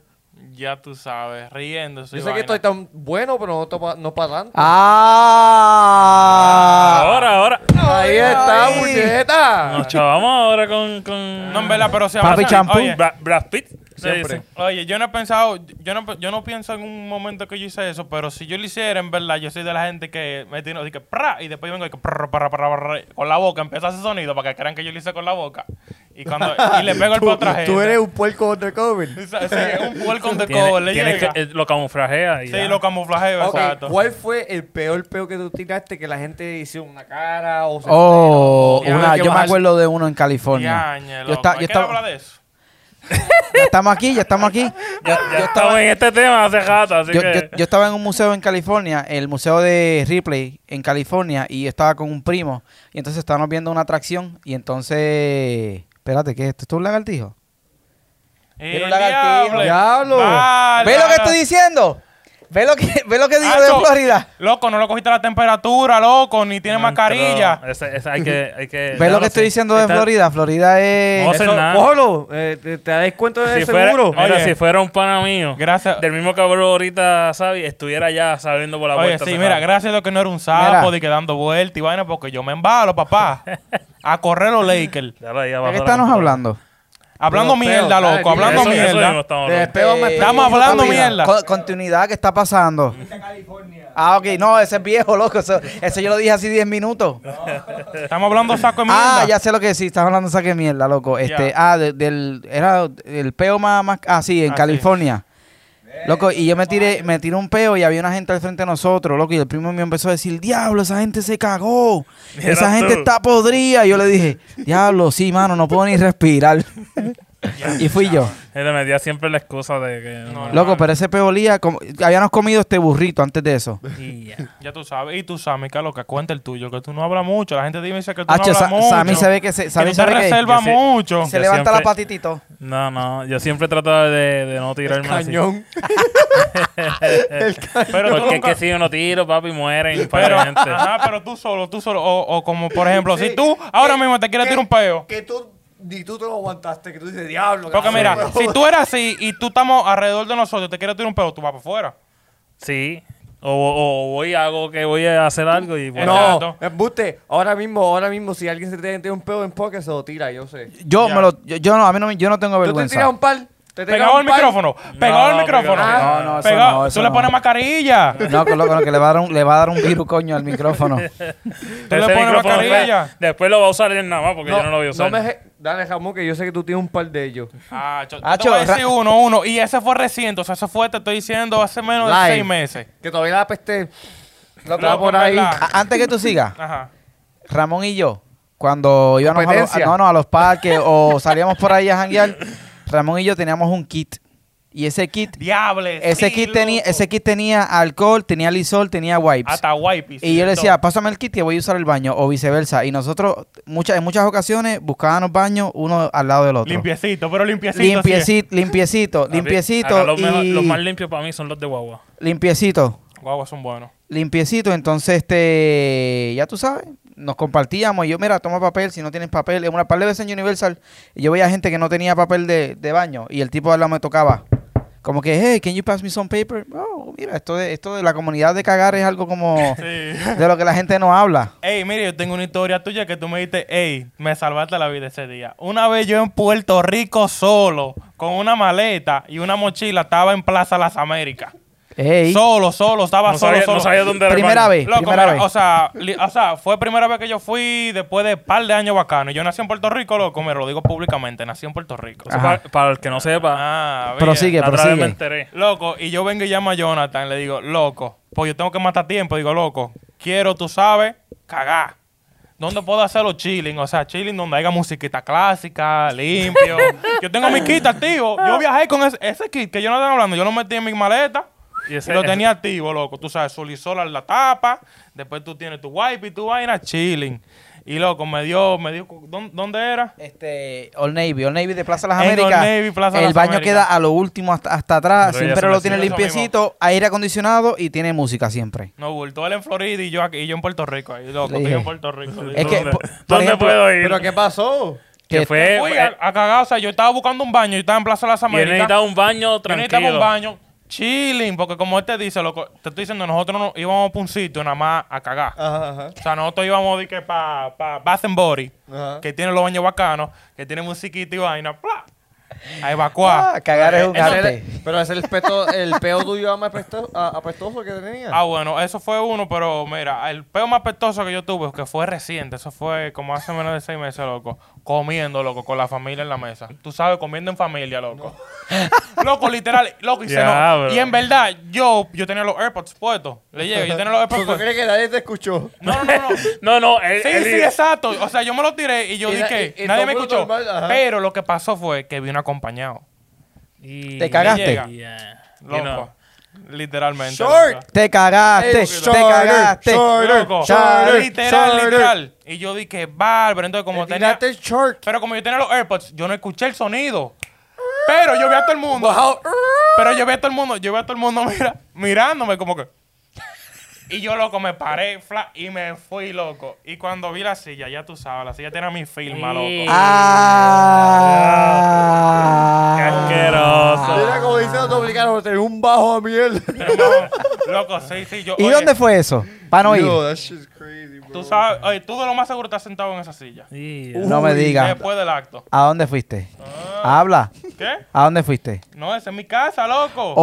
Speaker 3: Ya tú sabes, riéndose.
Speaker 2: Yo
Speaker 3: y
Speaker 2: sé que
Speaker 3: vaina.
Speaker 2: estoy tan bueno, pero no, topa- no para tanto.
Speaker 1: Ah.
Speaker 6: Ahora, ahora.
Speaker 2: Ahí está,
Speaker 1: ay.
Speaker 2: muñeca.
Speaker 6: Nos chavamos ahora con... con...
Speaker 3: No, en verdad, pero se
Speaker 1: Papi
Speaker 3: abrazan.
Speaker 1: champú.
Speaker 3: Oye,
Speaker 6: Bra- Brad Pitt. se
Speaker 2: Siempre.
Speaker 6: dice.
Speaker 3: Oye, yo no he pensado, yo no, yo no pienso en un momento que yo hice eso, pero si yo lo hiciera, en verdad, yo soy de la gente que me tiro, así que pra, y después vengo y que pra, pra, pra, pra, con la boca, empieza ese sonido para que crean que yo lo hice con la boca. Y cuando y le pego el
Speaker 2: Tú-
Speaker 3: potra gente.
Speaker 2: Tú eres un puerco undercover.
Speaker 3: Sí, es un welcome de
Speaker 6: Tiene-
Speaker 3: cover, le
Speaker 6: tienes
Speaker 3: llega.
Speaker 6: que- eh, lo camuflajea y
Speaker 3: sí,
Speaker 6: ya.
Speaker 3: lo camuflajeo,
Speaker 2: Ok,
Speaker 3: exacto.
Speaker 2: ¿Cuál fue el peor peo que tú tiraste que la gente hizo una cara o se
Speaker 1: Oh,
Speaker 2: Ya,
Speaker 1: una,
Speaker 2: hay que
Speaker 1: yo me
Speaker 2: bajar.
Speaker 1: acuerdo de uno en California.
Speaker 3: Diañe,
Speaker 1: Yo
Speaker 3: loco.
Speaker 1: estaba,
Speaker 3: ¿Hay
Speaker 1: yo
Speaker 3: que
Speaker 1: estaba-
Speaker 3: hablar de eso?
Speaker 1: ya estamos aquí, ya estamos aquí.
Speaker 6: Ya, ya estamos en este tema hace rato, así
Speaker 1: yo,
Speaker 6: que...
Speaker 1: yo- yo estaba en un museo en California, el museo de Ripley en California, y estaba con un primo. Y entonces estábamos viendo una atracción. Y entonces. Espérate, ¿qué es esto? ¿Esto es un lagartijo?
Speaker 3: El
Speaker 1: un lagartijo.
Speaker 3: diable.
Speaker 2: Diablo.
Speaker 3: Vale,
Speaker 1: ¿Ve lo que
Speaker 3: ahora-
Speaker 1: estoy diciendo? ¿Ve lo que, ve lo que digo de
Speaker 3: Acho,
Speaker 1: Florida?
Speaker 3: Loco, no le cogiste la temperatura, loco, ni tiene
Speaker 6: No,
Speaker 3: mascarilla.
Speaker 6: pero ese- ese hay que... Hay que
Speaker 3: Eh,
Speaker 1: ¿Ve lo que estoy diciendo de Florida? Florida es.
Speaker 6: No sé
Speaker 2: Eso,
Speaker 6: nada.
Speaker 2: cógelo, eh, te, te das cuenta de
Speaker 6: Si fuera,
Speaker 2: seguro.
Speaker 6: mira,
Speaker 3: Oye.
Speaker 6: si fuera un pana mío,
Speaker 3: Gracias.
Speaker 6: del mismo cabrón ahorita, Sabi, estuviera ya saliendo por la
Speaker 3: Oye,
Speaker 6: puerta.
Speaker 3: sí,
Speaker 6: cerrada.
Speaker 3: mira, gracias a Dios que no era un
Speaker 1: Mira.
Speaker 3: sapo de que dando vueltas y vaina, porque yo me embalo, papá. a correr los Lakers.
Speaker 6: Ya lo- ya
Speaker 1: ¿De
Speaker 6: bajó la
Speaker 1: qué estamos
Speaker 6: computadora.
Speaker 1: hablando?
Speaker 3: Hablando
Speaker 7: Pero,
Speaker 3: mierda,
Speaker 7: pero,
Speaker 3: loco.
Speaker 7: ah,
Speaker 3: Hablando
Speaker 4: eso, eso mismo
Speaker 3: mierda.
Speaker 4: estamos
Speaker 7: De
Speaker 4: hablando.
Speaker 1: Eh,
Speaker 7: espejo me
Speaker 3: Estamos
Speaker 7: espejo,
Speaker 3: hablando
Speaker 7: papi.
Speaker 3: mierda.
Speaker 1: Co- continuidad que está pasando. Ah, ok. No, ese es viejo, loco. Eso, eso yo lo dije hace 10 minutos.
Speaker 3: Estamos hablando saco de mierda.
Speaker 1: Ah, ya sé lo que sí, estás hablando de saque de mierda, loco. Este,
Speaker 3: Ya.
Speaker 1: ah, de- del era el peo más, más ah, sí, en
Speaker 3: Ah, sí.
Speaker 1: California. Loco, y yo me tiré, me tiré un peo y había una gente al frente de nosotros, loco, y el primo mío empezó a decir, diablo, esa gente se cagó, esa gente está podrida. Y yo le dije, diablo, sí, mano, no puedo ni respirar. y fui yo.
Speaker 4: Él le metía siempre la excusa de que... No,
Speaker 1: Loco, pero ese peo olía como, habíamos comido este burrito antes de eso.
Speaker 4: y ya.
Speaker 3: Ya tú sabes. Y tú, Sammy, que loca, cuenta el tuyo, que tú no hablas mucho. La gente te dice que tú
Speaker 1: Hacho,
Speaker 3: no
Speaker 1: Sa-
Speaker 3: hablas mucho.
Speaker 1: Sammy se ve que se, Sammy
Speaker 3: que tú
Speaker 1: se ve
Speaker 3: te
Speaker 1: que
Speaker 3: reservas
Speaker 4: yo sí-
Speaker 3: mucho.
Speaker 1: se
Speaker 4: yo
Speaker 1: levanta la
Speaker 4: siempre-
Speaker 1: patitito.
Speaker 4: No, no, yo siempre trataba de, de no tirarme así. Eh,
Speaker 7: Cañón.
Speaker 4: Pero
Speaker 3: tú nunca-
Speaker 4: porque es que si yo no tiro, papi, mueren.
Speaker 3: Pero,
Speaker 4: Pero, gente.
Speaker 3: ajá, pero tú solo, tú solo. O, o como, por ejemplo, si tú ahora mismo te quieres tirar un peo.
Speaker 2: Que tú, ni tú te lo aguantaste, que tú dices, diablo.
Speaker 3: Porque
Speaker 2: cabrón,
Speaker 3: mira,
Speaker 2: weón".
Speaker 3: si tú eras así y tú estamos alrededor de nosotros, te quieres tirar un peo, tú vas para afuera.
Speaker 4: Sí. O, o- o voy a algo que voy a hacer algo y... pues
Speaker 3: Eh,
Speaker 2: No,
Speaker 3: Exacto.
Speaker 2: embuste. Ahora mismo, ahora mismo, si alguien se te tira un pedo en poker, se lo tira, yo sé.
Speaker 1: Yo
Speaker 3: Ya.
Speaker 1: me lo, yo, yo no, a mí no, me- yo no tengo
Speaker 2: Tú te
Speaker 1: vergüenza.
Speaker 2: tiras un par. Te tiras
Speaker 3: Pegado
Speaker 2: un
Speaker 3: al
Speaker 2: par,
Speaker 3: micrófono. Pegado al
Speaker 4: no,
Speaker 3: micrófono.
Speaker 2: pegado.
Speaker 1: Ah, no, eso
Speaker 3: Pegado-
Speaker 1: no, eso
Speaker 3: tú le
Speaker 1: no.
Speaker 3: pones mascarilla. tú
Speaker 1: No, que loco, no, que le va a dar un, le va a dar un virus, coño, al micrófono.
Speaker 3: le
Speaker 4: Ese
Speaker 3: pones
Speaker 4: micrófono
Speaker 3: mascarilla.
Speaker 4: después- Después lo va a usar él nada más porque
Speaker 2: No,
Speaker 4: yo no lo voy a
Speaker 2: no
Speaker 4: usar.
Speaker 2: me je- Dale, jamón, que yo sé que tú tienes un par de ellos.
Speaker 3: Ah, yo- yo
Speaker 1: Ah,
Speaker 3: te voy a
Speaker 1: cho-
Speaker 3: decir uno, uno. Y ese fue reciente. O sea, ese fue, te estoy diciendo, hace menos de
Speaker 2: Live.
Speaker 3: seis meses.
Speaker 2: Que todavía la peste. La
Speaker 3: Loco,
Speaker 2: por
Speaker 3: en
Speaker 2: ahí.
Speaker 3: verdad.
Speaker 1: A- Antes que tú sigas,
Speaker 3: Ajá.
Speaker 1: Ramón y yo, cuando íbamos a los,
Speaker 2: Competencia.
Speaker 1: no, no, a los parques o salíamos por ahí a janguear, Ramón y yo teníamos un kit. Y ese kit,
Speaker 3: Diables.
Speaker 1: ese
Speaker 3: sí,
Speaker 1: kit tenía,
Speaker 3: loco.
Speaker 1: ese kit tenía alcohol, tenía lisol, tenía wipes.
Speaker 3: Hasta wipes.
Speaker 1: Y yo le decía, pásame el kit que voy a usar el baño, o viceversa. Y nosotros, muchas, en muchas ocasiones, buscábamos baños uno al lado del otro.
Speaker 3: Limpiecito, pero limpiecito. sí es.
Speaker 1: Limpiecito, limpiecito,
Speaker 4: Papi, acá
Speaker 1: limpiecito,
Speaker 4: Los, mejor-
Speaker 1: y-
Speaker 4: los más limpios para mí son los de guagua.
Speaker 1: limpiecito.
Speaker 3: Guau, son buenos.
Speaker 1: limpiecito. Entonces, este, ya tú sabes, nos compartíamos. Y yo, mira, toma papel, si no tienes papel. En Una par de veces en Universal, yo veía gente que no tenía papel de, de baño y el tipo de al lado me tocaba. Como que, hey, can you pass me some paper? Oh, mira, esto de, esto de la comunidad de cagar es algo como de lo que la gente no habla.
Speaker 3: Ey, mire, yo tengo una historia tuya que tú me dijiste, ey, me salvaste la vida ese día. Una vez yo en Puerto Rico solo, con una maleta y una mochila, estaba en Plaza Las Américas.
Speaker 1: Ey,
Speaker 3: Solo, solo, estaba
Speaker 4: No
Speaker 3: solo,
Speaker 4: sabía,
Speaker 3: solo.
Speaker 4: no sabía dónde era el
Speaker 1: Primera
Speaker 4: baño.
Speaker 1: vez.
Speaker 3: Loco,
Speaker 1: primera
Speaker 3: mira,
Speaker 1: vez.
Speaker 3: O, sea, li- o sea, fue primera vez que yo fui después de un par de años bacano. Yo nací en Puerto Rico, loco, me lo digo públicamente, nací en Puerto Rico.
Speaker 4: Eso Para, para el que no sepa,
Speaker 3: Ah, bien.
Speaker 1: prosigue,
Speaker 4: la otra vez me
Speaker 1: prosigue.
Speaker 4: enteré.
Speaker 3: Loco, y yo vengo y llamo a Jonathan, le digo, loco, pues yo tengo que matar tiempo. Digo, loco, quiero, tú sabes, cagar. ¿Dónde puedo hacerlo chilling? O sea, chilling donde haya musiquita clásica, limpio. yo tengo mi kit activo. Yo viajé con ese, ese kit que yo no estaba hablando. Yo lo metí en mi maleta
Speaker 4: Y ese-
Speaker 3: y lo tenía activo, loco. Tú sabes, solisol en la tapa. Después tú tienes tu wipe y tu vaina chilling. Y loco, me dio, me dio, ¿dó- ¿dónde era?
Speaker 1: Este, Old Navy, Old Navy de Plaza Las
Speaker 3: En Old
Speaker 1: Américas.
Speaker 3: Navy, Plaza
Speaker 1: el
Speaker 3: Las
Speaker 1: baño
Speaker 3: Américas.
Speaker 1: queda a lo último hasta, hasta atrás,
Speaker 4: Pero ya
Speaker 1: siempre
Speaker 4: son
Speaker 1: lo
Speaker 4: así,
Speaker 1: tiene
Speaker 3: eso mismo.
Speaker 1: limpiecito, aire acondicionado y tiene música siempre.
Speaker 3: No, bulto él en Florida y yo aquí, y yo en Puerto Rico. Ahí, loco,
Speaker 1: Le
Speaker 3: estoy
Speaker 1: dije.
Speaker 3: en Puerto Rico.
Speaker 1: Es que,
Speaker 4: ¿Dónde,
Speaker 1: por- por
Speaker 4: dónde
Speaker 1: ejemplo,
Speaker 4: puedo ir?
Speaker 2: Pero ¿qué pasó?
Speaker 4: que fue...
Speaker 3: Fui
Speaker 4: eh,
Speaker 3: a, a cagar, o sea, yo estaba buscando un baño, yo estaba en Plaza de las
Speaker 4: yo
Speaker 3: Américas.
Speaker 4: necesitaba un baño
Speaker 3: Yo
Speaker 4: tranquilo.
Speaker 3: necesitaba un baño chilling, porque como él te dice, loco, te estoy diciendo, nosotros no íbamos a un sitio nada más a cagar.
Speaker 2: Ajá, ajá.
Speaker 3: O sea, nosotros íbamos de que pa, pa Bath and Body,
Speaker 2: Ajá.
Speaker 3: que tiene los baños bacanos, que tiene musiquita y vaina, ¡pla! a evacuar.
Speaker 1: Ah, cagar es un
Speaker 3: Eh, Eso-
Speaker 1: arte.
Speaker 2: Eh, Pero es el peto, el peo tuyo más apesto- a- apestoso que tenía.
Speaker 3: Ah, bueno, eso fue uno, pero mira, el peo más pestoso que yo tuve, que fue reciente, eso fue como hace menos de seis meses, loco, comiendo, loco, con la familia en la mesa. Tú sabes, comiendo en familia, loco. loco, literal, loco, y se
Speaker 4: Diablo.
Speaker 3: Y en verdad, yo, yo tenía los AirPods puestos. Le llego, yo tenía los AirPods
Speaker 2: ¿Tú, tú
Speaker 3: puestos.
Speaker 2: crees que nadie te escuchó?
Speaker 3: No, no, no, no. Sí,
Speaker 4: No, no, él, él-
Speaker 3: sí, exacto. O sea, yo me lo tiré y yo
Speaker 2: Y na-
Speaker 3: dije,
Speaker 2: y- y
Speaker 3: nadie me
Speaker 2: todo
Speaker 3: escuchó.
Speaker 2: normal, ajá.
Speaker 3: pero lo que pasó fue que vino acompañado.
Speaker 4: y-
Speaker 1: ¿Te cagaste?
Speaker 4: llega. Y
Speaker 3: Loco.
Speaker 4: no.
Speaker 3: Literalmente.
Speaker 2: Short.
Speaker 3: loco.
Speaker 1: Te cagaste, te
Speaker 2: Shorter,
Speaker 1: cagaste.
Speaker 2: shorter,
Speaker 3: Loco,
Speaker 2: shorter,
Speaker 3: literal,
Speaker 2: shorter.
Speaker 3: literal. Y yo dije, bárbaro. Entonces, como
Speaker 2: Te
Speaker 3: tenía.
Speaker 2: tiraste el short.
Speaker 3: Pero como yo tenía los AirPods, yo no escuché el sonido. Pero yo vi a todo el mundo.
Speaker 2: Bajado.
Speaker 3: Pero yo vi a todo el mundo, yo vi a todo el mundo mira, mirándome como que. Y yo, loco, me paré fla, y me fui, loco. Y cuando vi la silla, ya tú sabes, la silla tenía mi firma,
Speaker 4: Sí.
Speaker 3: loco.
Speaker 1: Ah.
Speaker 4: Qué asqueroso.
Speaker 3: Ah.
Speaker 2: Mira como dice, no te obligaron a tener un bajo a miel.
Speaker 3: Pero, mano, Loco, sí, sí. Yo,
Speaker 1: ¿Y
Speaker 3: oye,
Speaker 1: dónde fue eso? Para no ir.
Speaker 2: Yo, that shit's crazy, bro.
Speaker 3: Tú sabes, oye, tú de lo más seguro estás sentado en esa silla.
Speaker 6: Yeah.
Speaker 1: No me digas.
Speaker 3: Después del acto.
Speaker 1: ¿A dónde fuiste?
Speaker 3: Ah.
Speaker 1: Habla.
Speaker 3: ¿Qué?
Speaker 1: ¿A dónde fuiste?
Speaker 3: No, esa es mi casa, loco.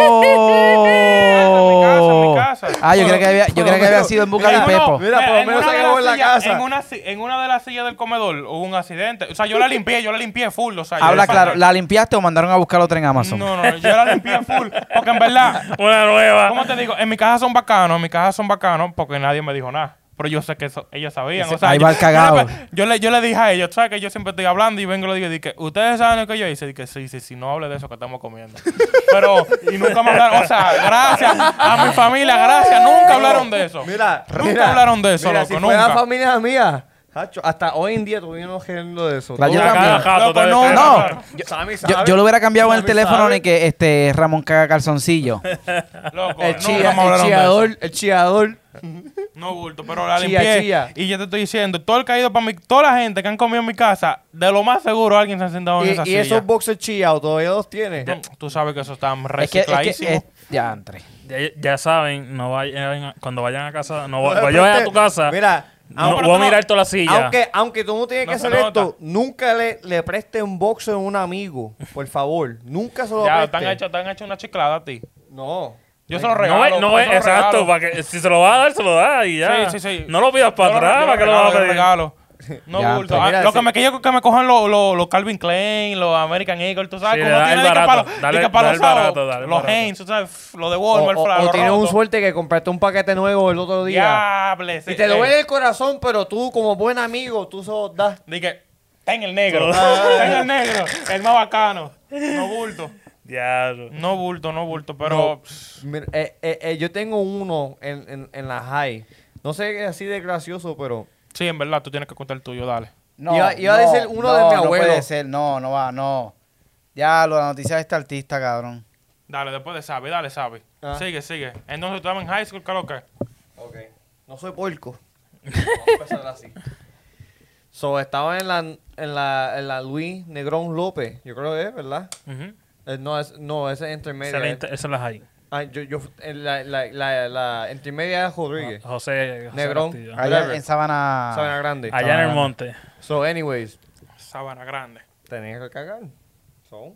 Speaker 1: ¡Oh!
Speaker 3: Mi casa, mi casa.
Speaker 1: Ah, yo creo que había, yo creo que había sido en Buca
Speaker 3: Mira,
Speaker 1: de Pepo.
Speaker 2: Mira, por lo
Speaker 3: en
Speaker 2: menos
Speaker 3: una
Speaker 2: se
Speaker 3: de
Speaker 2: acabó
Speaker 3: las
Speaker 2: en la
Speaker 3: sillas-
Speaker 2: casa.
Speaker 3: En una, si- en una de las sillas del comedor hubo un accidente. O sea, yo la limpié, yo la limpié full. O sea, yo
Speaker 1: Habla
Speaker 3: la-
Speaker 1: claro, ¿la limpiaste o mandaron a buscar otra en Amazon?
Speaker 3: No, no, yo la limpié full. Porque en verdad,
Speaker 6: Una nueva.
Speaker 3: Uh. ¿cómo te digo? En mi casa son bacanos, en mi casa son bacanos porque nadie me dijo nada. Pero yo sé que eso, ellos sabían. O sea,
Speaker 1: Ahí
Speaker 3: yo,
Speaker 1: va el cagao.
Speaker 3: Yo, le- yo le, yo le dije a ellos, ¿sabes que yo siempre estoy hablando y vengo y le digo, dije, ¿ustedes saben lo que yo hice? Dije, sí, sí, sí, no hable de eso que estamos comiendo. Pero, y nunca me hablaron, o sea, gracias a mi familia, gracias, nunca hablaron de eso.
Speaker 2: Mira,
Speaker 3: nunca
Speaker 2: mira,
Speaker 3: hablaron de eso,
Speaker 2: mira,
Speaker 3: loco,
Speaker 2: si
Speaker 3: nunca.
Speaker 2: fuera familia mía, hacho, hasta hoy en día tuvieron hablando de eso.
Speaker 1: La
Speaker 2: Tú-
Speaker 1: yo
Speaker 6: Una
Speaker 1: también.
Speaker 6: cara jato,
Speaker 3: Loco,
Speaker 6: te-
Speaker 3: no,
Speaker 6: te-
Speaker 1: no.
Speaker 2: Yo- Sammy
Speaker 1: Yo,
Speaker 2: sabe.
Speaker 1: yo lo hubiera cambiado en el
Speaker 2: Sammy
Speaker 1: teléfono
Speaker 2: sabe.
Speaker 1: ni que este Ramón caga calzoncillo.
Speaker 3: Pues Loco,
Speaker 8: El,
Speaker 3: nunca me
Speaker 8: chia, el
Speaker 3: hablaron de eso.
Speaker 8: chiador, el chiador.
Speaker 3: No, bulto, pero la
Speaker 8: Chía,
Speaker 3: limpié.
Speaker 8: chía.
Speaker 3: Y yo te estoy diciendo, todo el caído para mí, toda la gente que han comido en mi casa, de lo más seguro alguien se ha sentado en
Speaker 8: Y,
Speaker 3: esa
Speaker 8: y
Speaker 3: silla.
Speaker 8: esos boxers chiados, todavía los tiene.
Speaker 3: No, Tú sabes que eso está
Speaker 1: es que, es que-
Speaker 3: recicladísimo.
Speaker 1: es- ya entre.
Speaker 6: Ya, ya saben, no vayan a- cuando vayan a casa, no va-
Speaker 2: Pero
Speaker 6: vayan a
Speaker 2: espérate,
Speaker 6: tu casa.
Speaker 2: Mira,
Speaker 6: no,
Speaker 2: aunque-
Speaker 3: pero
Speaker 6: voy a
Speaker 3: tú no-
Speaker 6: mirar toda la silla.
Speaker 2: aunque, aunque tú no tienes
Speaker 3: No
Speaker 2: que
Speaker 3: se
Speaker 2: hacer esto,
Speaker 3: nota.
Speaker 2: nunca le, le preste un boxer a un amigo, por favor. Nunca se lo
Speaker 3: ya, te han,
Speaker 2: preste.
Speaker 3: hecho, te han hecho una chiclada a ti.
Speaker 2: No.
Speaker 3: Yo se
Speaker 6: no,
Speaker 3: lo regalo.
Speaker 6: es- no
Speaker 3: yo
Speaker 6: es-
Speaker 3: se lo
Speaker 6: exacto,
Speaker 3: regalo.
Speaker 6: para que, si se lo va a dar, se lo da y ya.
Speaker 3: Sí, sí, sí.
Speaker 6: No lo pidas para
Speaker 3: Yo
Speaker 6: atrás,
Speaker 3: yo
Speaker 6: ¿para qué lo vas a
Speaker 3: regalo, yo
Speaker 6: pedir?
Speaker 3: regalo. No,
Speaker 1: Ya,
Speaker 3: bulto.
Speaker 2: pero
Speaker 3: Ah,
Speaker 2: mira,
Speaker 3: lo que
Speaker 2: sí.
Speaker 3: me quiero es que me cojan los los- los Calvin Klein, los American Eagle, tú sabes
Speaker 6: Sí,
Speaker 3: cómo
Speaker 6: dale
Speaker 3: tiene
Speaker 6: el
Speaker 3: de que
Speaker 6: barato,
Speaker 3: para los-
Speaker 6: dale-
Speaker 3: de que para
Speaker 6: dale
Speaker 3: los
Speaker 6: el barato,
Speaker 3: sábados,
Speaker 6: dale el
Speaker 3: los
Speaker 6: barato.
Speaker 3: Hanes, tú sabes, lo de
Speaker 6: Oh,
Speaker 2: O,
Speaker 3: Walmart,
Speaker 2: o-
Speaker 3: fra-
Speaker 2: o tienes un
Speaker 3: roto.
Speaker 2: suerte que compraste un paquete nuevo el otro día.
Speaker 3: Diable, sí,
Speaker 2: Y te
Speaker 3: eh.
Speaker 2: duele el corazón, pero tú, como buen amigo, tú se lo das.
Speaker 3: Dije, ten el negro, ten el negro, el más bacano. No bulto,
Speaker 6: Diablo.
Speaker 3: no bulto, no bulto, pero pss,
Speaker 2: Mira, eh, eh, eh, yo tengo uno en, en, en la high. No sé qué es así de gracioso, pero.
Speaker 3: sí, en verdad, tú tienes que contar el tuyo, dale.
Speaker 2: Iba- iba a decir uno de mi abuelo.
Speaker 1: No puede ser, no, no va, no. Ya, lo, la noticia de este artista, cabrón.
Speaker 3: Dale, después de Sabe, dale, Sabe.
Speaker 2: Ah.
Speaker 3: Sigue, sigue. Entonces, tú estabas en high school, ¿qué lo que?
Speaker 2: Ok. No soy porco. Vamos a empezar así. So, estaba en la, en la, en la Luis Negrón López. Yo creo que es, ¿verdad?
Speaker 6: Ujú.
Speaker 2: Eh, no, es, no, esa es intermedia.
Speaker 6: Esa es la
Speaker 3: eh.
Speaker 6: inter- esa es la high.
Speaker 2: Ah, yo, yo, en la, la, la, la intermedia de
Speaker 4: Ah,
Speaker 2: Rodríguez.
Speaker 6: José, José
Speaker 2: Negrón.
Speaker 6: Castillo.
Speaker 3: Ah,
Speaker 1: Allá
Speaker 2: Whatever.
Speaker 1: en Sabana.
Speaker 2: Sabana Grande.
Speaker 6: Allá en el monte.
Speaker 2: So, anyways,
Speaker 3: Sabana grande.
Speaker 2: tenía que cagar. So,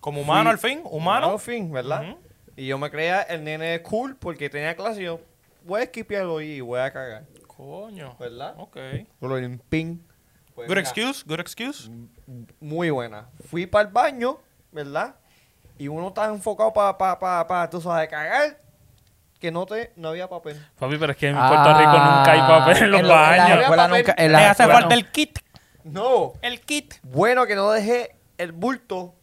Speaker 3: Como humano al fin, humano.
Speaker 2: al fin, ¿verdad?
Speaker 3: Ujú.
Speaker 2: Y yo me creía el nene cool porque tenía clase y yo voy a esquipearlo y voy a cagar,
Speaker 3: Coño.
Speaker 2: ¿verdad?
Speaker 3: Ok.
Speaker 2: Pero en ping. pues,
Speaker 3: Good
Speaker 2: mira,
Speaker 3: excuse, good excuse.
Speaker 2: Muy buena. Fui para el baño, ¿verdad? Y uno está enfocado para, para, para, para, tú sabes, cagar, que no te, no había papel.
Speaker 6: Papi, pero es que en
Speaker 1: Ah,
Speaker 6: Puerto Rico nunca hay papel en los
Speaker 1: lo- la
Speaker 6: baños.
Speaker 1: escuela nunca- en
Speaker 3: Le
Speaker 1: la
Speaker 3: hace
Speaker 1: escuela
Speaker 3: falta
Speaker 1: no.
Speaker 3: el kit.
Speaker 2: No.
Speaker 3: El kit.
Speaker 2: Bueno que no dejé el bulto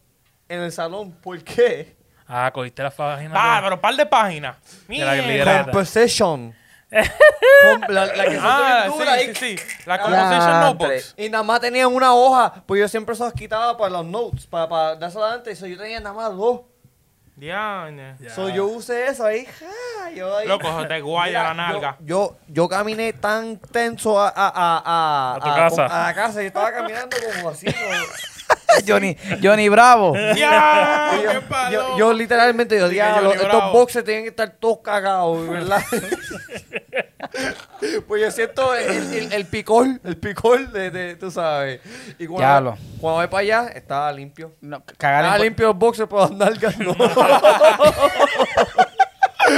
Speaker 2: en el salón. ¿Por qué?
Speaker 6: Ah, cogiste las páginas.
Speaker 3: Ah,
Speaker 6: de-
Speaker 3: pero par de páginas.
Speaker 6: la
Speaker 3: Mierda.
Speaker 6: glidera. Espérate.
Speaker 2: Composition. Con- la, la que se
Speaker 3: Ah,
Speaker 2: bien
Speaker 3: sí,
Speaker 2: dura
Speaker 3: sí,
Speaker 2: y-
Speaker 3: sí. La conversation notebooks.
Speaker 2: Y nada más tenía una hoja, pues yo siempre se las quitaba para los notes, para, para dárselas antes. So, yo tenía nada más dos.
Speaker 3: Diane.
Speaker 6: Ya.
Speaker 2: So, yo usé eso ahí. ja, yo ahí-
Speaker 3: Loco, se te guaya la
Speaker 2: Mira,
Speaker 3: nalga.
Speaker 2: Yo, yo, yo caminé tan tenso a, a, a, a,
Speaker 6: A tu casa.
Speaker 2: A, la casa. Yo estaba caminando como así. como-
Speaker 1: Johnny, Johnny Bravo.
Speaker 3: Ya,
Speaker 2: yo,
Speaker 3: qué palo.
Speaker 2: yo- yo literalmente, yo
Speaker 3: Sí,
Speaker 2: diablo,
Speaker 3: Johnny
Speaker 2: estos
Speaker 3: Bravo.
Speaker 2: boxes tienen que estar todos cagados, ¿verdad? pues yo siento el, el, el picor, el picor de, de- tú sabes. Y cuando,
Speaker 1: Diablo.
Speaker 2: cuando voy para allá, estaba limpio.
Speaker 1: No, cagar en
Speaker 6: Ah,
Speaker 2: Estaba
Speaker 1: pu-
Speaker 2: Ah, limpio los boxers, pero las nalgas no.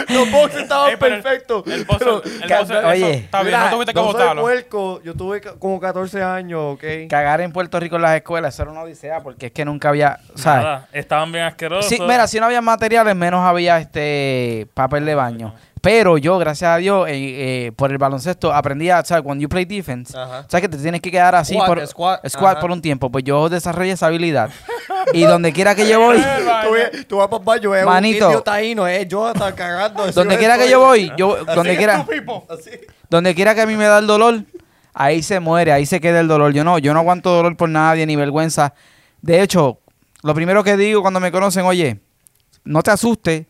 Speaker 2: los boxers estaban
Speaker 3: Ey, pero el-
Speaker 2: perfectos.
Speaker 3: El bozo,
Speaker 2: pero
Speaker 3: el
Speaker 2: ca-
Speaker 3: bozo, eso
Speaker 1: oye,
Speaker 3: está bien,
Speaker 2: Mira,
Speaker 3: no tuviste que
Speaker 2: no soy
Speaker 3: botarlo.
Speaker 2: puerco, yo tuve ca- como 14 años, ¿ok?
Speaker 1: Cagar en Puerto Rico en las escuelas, eso era una odisea porque es que nunca había, ¿sabes?
Speaker 6: Nada, estaban bien asquerosos.
Speaker 1: Sí, mira, si no había materiales, menos había este papel de baño. Pero yo, gracias a Dios, eh, eh, por el baloncesto, aprendí a, ¿sabes? Cuando you play defense,
Speaker 2: Ajá.
Speaker 1: ¿sabes? Que te tienes que quedar así
Speaker 2: Squat,
Speaker 1: por
Speaker 2: squat,
Speaker 1: squat
Speaker 2: ajá.
Speaker 1: por un tiempo. Pues yo desarrollé esa habilidad. y donde quiera que yo voy,
Speaker 3: El baño.
Speaker 2: Tú, ve- tú vas para el baño, es
Speaker 1: Manito.
Speaker 2: un indio taíno, es yo hasta cagando. así
Speaker 1: donde
Speaker 2: yo
Speaker 1: quiera que
Speaker 2: estoy.
Speaker 1: yo voy, yo, donde
Speaker 3: Sigue
Speaker 1: quiera,
Speaker 3: tú, Pipo.
Speaker 1: donde quiera que a mí me da el dolor, ahí se muere, ahí se queda el dolor. Yo no, yo no aguanto dolor por nadie, ni vergüenza. De hecho, lo primero que digo cuando me conocen, oye, no te asustes,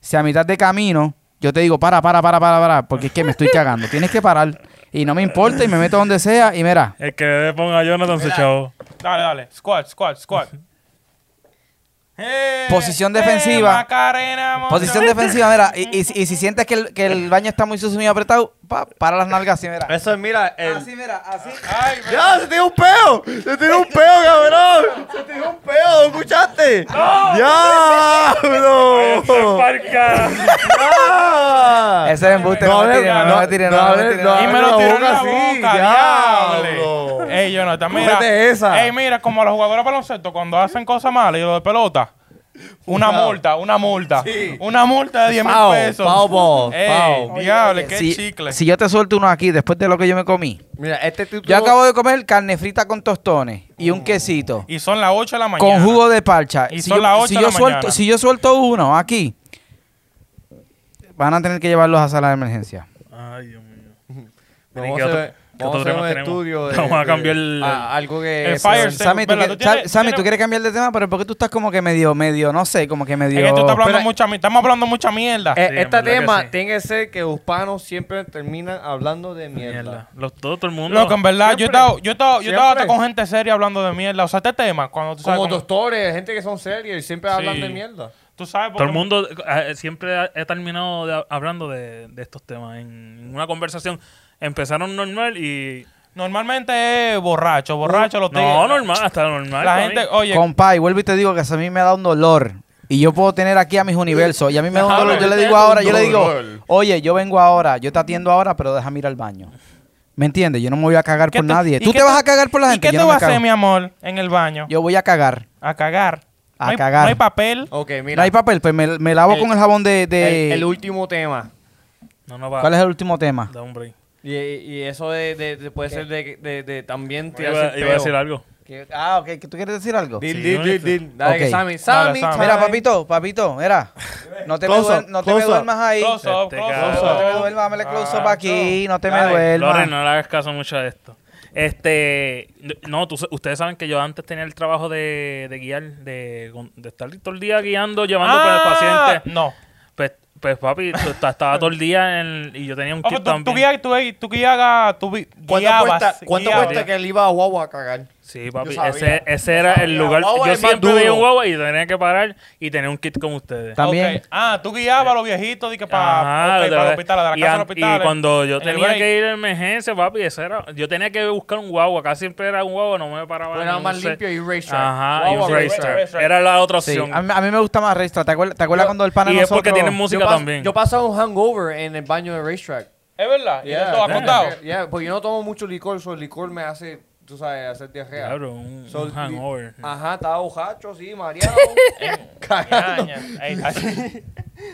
Speaker 1: si a mitad de camino yo te digo, para, para, para, para, para, porque es que me estoy cagando, tienes que parar. Y no me importa, y me meto donde sea, y mira,
Speaker 6: El que le ponga a Jonathan su chavo.
Speaker 3: Dale, dale. Squat, squat, squat.
Speaker 1: Posición defensiva.
Speaker 3: Macarena, Monte-
Speaker 1: Posición defensiva, mira, y, y si- y si sientes que el, que el baño está muy sucio y apretado, pa, para las nalgas así, mira.
Speaker 2: Eso es, mira, el...
Speaker 1: Así, mira, así.
Speaker 3: Ay,
Speaker 2: ¡Ya! ¡Se tiró un peo! ¡Se tiró un peo, cabrón! ¡Se tiró un peo! ¿Lo escuchaste? ¡Ya!
Speaker 1: Oh.
Speaker 2: ¡No! ¡Ya!
Speaker 1: Ese es embuste, no, me tire, no, me tire, no, me tire, no.
Speaker 3: Y me
Speaker 2: abre
Speaker 3: lo
Speaker 2: la
Speaker 3: tiró en
Speaker 2: boca
Speaker 3: la
Speaker 2: así,
Speaker 3: boca,
Speaker 2: diable.
Speaker 3: diable. Ey, Jonathan,
Speaker 2: Cógete
Speaker 3: mira.
Speaker 2: esa.
Speaker 3: Ey, mira, como a los jugadores de baloncesto, cuando hacen cosas malas y lo de pelota, una multa, una multa. Una multa de 10 mil
Speaker 2: Pau,
Speaker 3: pesos.
Speaker 2: pau, pau,
Speaker 3: Ey,
Speaker 2: pau.
Speaker 3: diable, qué
Speaker 1: si,
Speaker 3: chicle.
Speaker 1: si yo te suelto uno aquí, después de lo que yo me comí.
Speaker 2: Mira, este título...
Speaker 1: Yo acabo de comer carne frita con tostones y un quesito.
Speaker 3: Mm. Y son las 8 de la mañana.
Speaker 1: con jugo de parcha.
Speaker 3: Y son las ocho
Speaker 1: si
Speaker 3: de
Speaker 1: yo
Speaker 3: la
Speaker 1: suelto,
Speaker 3: mañana.
Speaker 1: si yo suelto uno aquí, van a tener que llevarlos a sala de emergencia.
Speaker 4: Ay, Dios mío.
Speaker 2: Vamos
Speaker 4: ¿Qué
Speaker 2: a
Speaker 4: otro-
Speaker 2: hacer-
Speaker 4: qué
Speaker 2: vamos a
Speaker 4: otro
Speaker 2: hacer
Speaker 4: tema
Speaker 2: un
Speaker 4: tenemos?
Speaker 2: estudio de-
Speaker 4: Vamos a
Speaker 2: de-
Speaker 4: cambiar el-
Speaker 2: a- algo que...
Speaker 3: el fire sale.
Speaker 1: Sammy, tú,
Speaker 3: Vela,
Speaker 1: quieres-
Speaker 3: tú tienes-
Speaker 1: Sa- Sammy,
Speaker 3: tienes-
Speaker 1: ¿tú quieres cambiar de tema? Pero porque tú estás como que medio, medio, no sé, como que medio...
Speaker 3: Es que tú estás hablando
Speaker 2: Pero-
Speaker 3: mucha mi- estamos hablando mucha mierda.
Speaker 2: Eh,
Speaker 4: Sí, en
Speaker 2: este
Speaker 4: verdad que
Speaker 2: tema
Speaker 4: sí.
Speaker 2: tiene que ser que los hispanos siempre terminan hablando de mierda.
Speaker 4: Mierda. Los, todo, todo el mundo.
Speaker 3: Loco, en verdad, yo he estado, yo he estado, yo he estado hasta
Speaker 2: Siempre.
Speaker 3: con gente seria hablando de mierda. O sea, este tema, cuando tú sabes.
Speaker 2: Como
Speaker 3: cómo-
Speaker 2: doctores, gente que son serios y siempre hablan
Speaker 3: Sí.
Speaker 2: de mierda.
Speaker 3: tú sabes
Speaker 4: Todo el
Speaker 3: porque-
Speaker 4: mundo eh, siempre ha, he terminado de- hablando de, de estos temas. En una conversación empezaron normal y.
Speaker 3: Normalmente es borracho, borracho, los tigres.
Speaker 4: No, normal, hasta normal.
Speaker 3: La
Speaker 4: para
Speaker 3: gente, oh.
Speaker 4: mí.
Speaker 3: oye,
Speaker 1: Compa, y vuelvo y te digo que a mí me da un dolor. Y yo puedo tener aquí a mis universos. Y a mí me da un dolor. Yo le digo ahora, yo le digo, oye, yo vengo ahora, yo te atiendo ahora, pero déjame ir al baño. ¿Me entiendes? Yo no me voy a cagar
Speaker 3: ¿qué
Speaker 1: por
Speaker 3: te-
Speaker 1: nadie.
Speaker 3: y
Speaker 1: Tú
Speaker 3: qué
Speaker 1: te vas a cagar por la gente.
Speaker 3: ¿Y qué
Speaker 1: yo
Speaker 3: te
Speaker 1: no me
Speaker 3: vas a hacer,
Speaker 1: cago.
Speaker 3: mi amor, en el baño?
Speaker 1: Yo voy a cagar.
Speaker 3: A cagar.
Speaker 1: A
Speaker 3: No hay-
Speaker 1: cagar.
Speaker 3: No hay papel.
Speaker 2: Ok,
Speaker 1: No
Speaker 2: mira.
Speaker 1: hay papel, pues me, me lavo
Speaker 2: el-
Speaker 1: con el jabón de... de-
Speaker 2: el, el último tema.
Speaker 4: No, no va.
Speaker 1: ¿Cuál es el último tema?
Speaker 4: Da un break.
Speaker 2: Y, y eso de, de- de- puede ser de, de- de también tirarse
Speaker 4: Iba,
Speaker 2: el
Speaker 4: iba a decir
Speaker 2: peo.
Speaker 4: algo.
Speaker 1: Que- Ah, ok, que ¿tú quieres decir algo?
Speaker 2: Dil,
Speaker 4: Sí,
Speaker 2: dil,
Speaker 4: no, este-
Speaker 2: dil,
Speaker 4: esto.
Speaker 2: dil. Dale,
Speaker 1: Ok.
Speaker 2: Sammy. Sammy,
Speaker 3: Sammy.
Speaker 1: Mira,
Speaker 2: Sammy.
Speaker 1: papito, papito, mira. No te me,
Speaker 2: Close
Speaker 1: duel-
Speaker 2: up,
Speaker 1: no te me
Speaker 2: close up.
Speaker 1: duermas ahí. No
Speaker 3: Close up,
Speaker 4: Este
Speaker 3: close
Speaker 4: cabrón.
Speaker 3: up.
Speaker 1: te me duermas, dámele close up aquí. No te me duermas.
Speaker 4: Loren, no le hagas caso mucho a esto. Este, no, tú sa- ustedes saben que yo antes tenía el trabajo de, de guiar, de, de estar todo el día guiando, llevando para el
Speaker 3: Ah,
Speaker 4: paciente.
Speaker 3: No.
Speaker 4: Pues, pues papi, tú- tú- estaba todo el día en, y yo tenía un
Speaker 3: Ojo,
Speaker 4: kit
Speaker 3: Ah, pues, tú,
Speaker 4: también.
Speaker 3: tú guía- tú, ey, tú guiaba, tú vi-
Speaker 2: ¿Cuánto
Speaker 3: guiabas,
Speaker 2: cuesta, cuánto
Speaker 3: guiabas.
Speaker 2: cuesta que él iba a Guagua a cagar?
Speaker 4: Sí,
Speaker 2: Yo
Speaker 4: papi,
Speaker 2: sabía,
Speaker 4: ese, ese era el lugar.
Speaker 2: Guagua
Speaker 4: Yo
Speaker 2: es más
Speaker 4: siempre veía un
Speaker 2: duro.
Speaker 4: guagua y tenía que parar y tener un kit con ustedes.
Speaker 1: Ta- También.
Speaker 3: Ok. Ah, tú guiabas a los viejitos de que
Speaker 4: Ajá,
Speaker 3: para, ok,
Speaker 4: de-
Speaker 3: para el hospital, de la
Speaker 4: y
Speaker 3: casa
Speaker 4: an-
Speaker 3: al hospital.
Speaker 4: Y cuando yo
Speaker 3: en el
Speaker 4: tenía
Speaker 3: break.
Speaker 4: que ir a emergencia, papi, eso era. Yo tenía que buscar un guagua. Casi siempre era un guagua, no me paraba.
Speaker 2: Pues
Speaker 4: en
Speaker 2: era
Speaker 4: un
Speaker 2: más
Speaker 4: set.
Speaker 2: limpio y racetrack.
Speaker 4: Ajá, y un
Speaker 2: Guagua,
Speaker 4: racetrack.
Speaker 3: racetrack.
Speaker 4: Era la otra
Speaker 1: Sí,
Speaker 4: opción.
Speaker 1: a mí, a mí me gusta más Racetrack. ¿Te acuerdas, te acuerdas cuando el pana
Speaker 4: y es porque
Speaker 1: nosotros-
Speaker 4: tienen música
Speaker 2: yo, pas-
Speaker 4: también.
Speaker 2: yo pasaba un hangover en el baño de racetrack.
Speaker 3: Es verdad, y
Speaker 2: Yeah,
Speaker 3: eso ha
Speaker 2: yeah,
Speaker 3: contado.
Speaker 2: yeah, yeah, porque yo no tomo mucho licor, so el licor me hace, tú sabes, hacer diarrea.
Speaker 4: Claro, un,
Speaker 2: So,
Speaker 4: un hangover.
Speaker 2: li- Ajá, estaba bojacho, sí, mareado.
Speaker 3: Eh,
Speaker 2: Cagando.
Speaker 3: Ñaña. Ey, Está chicle,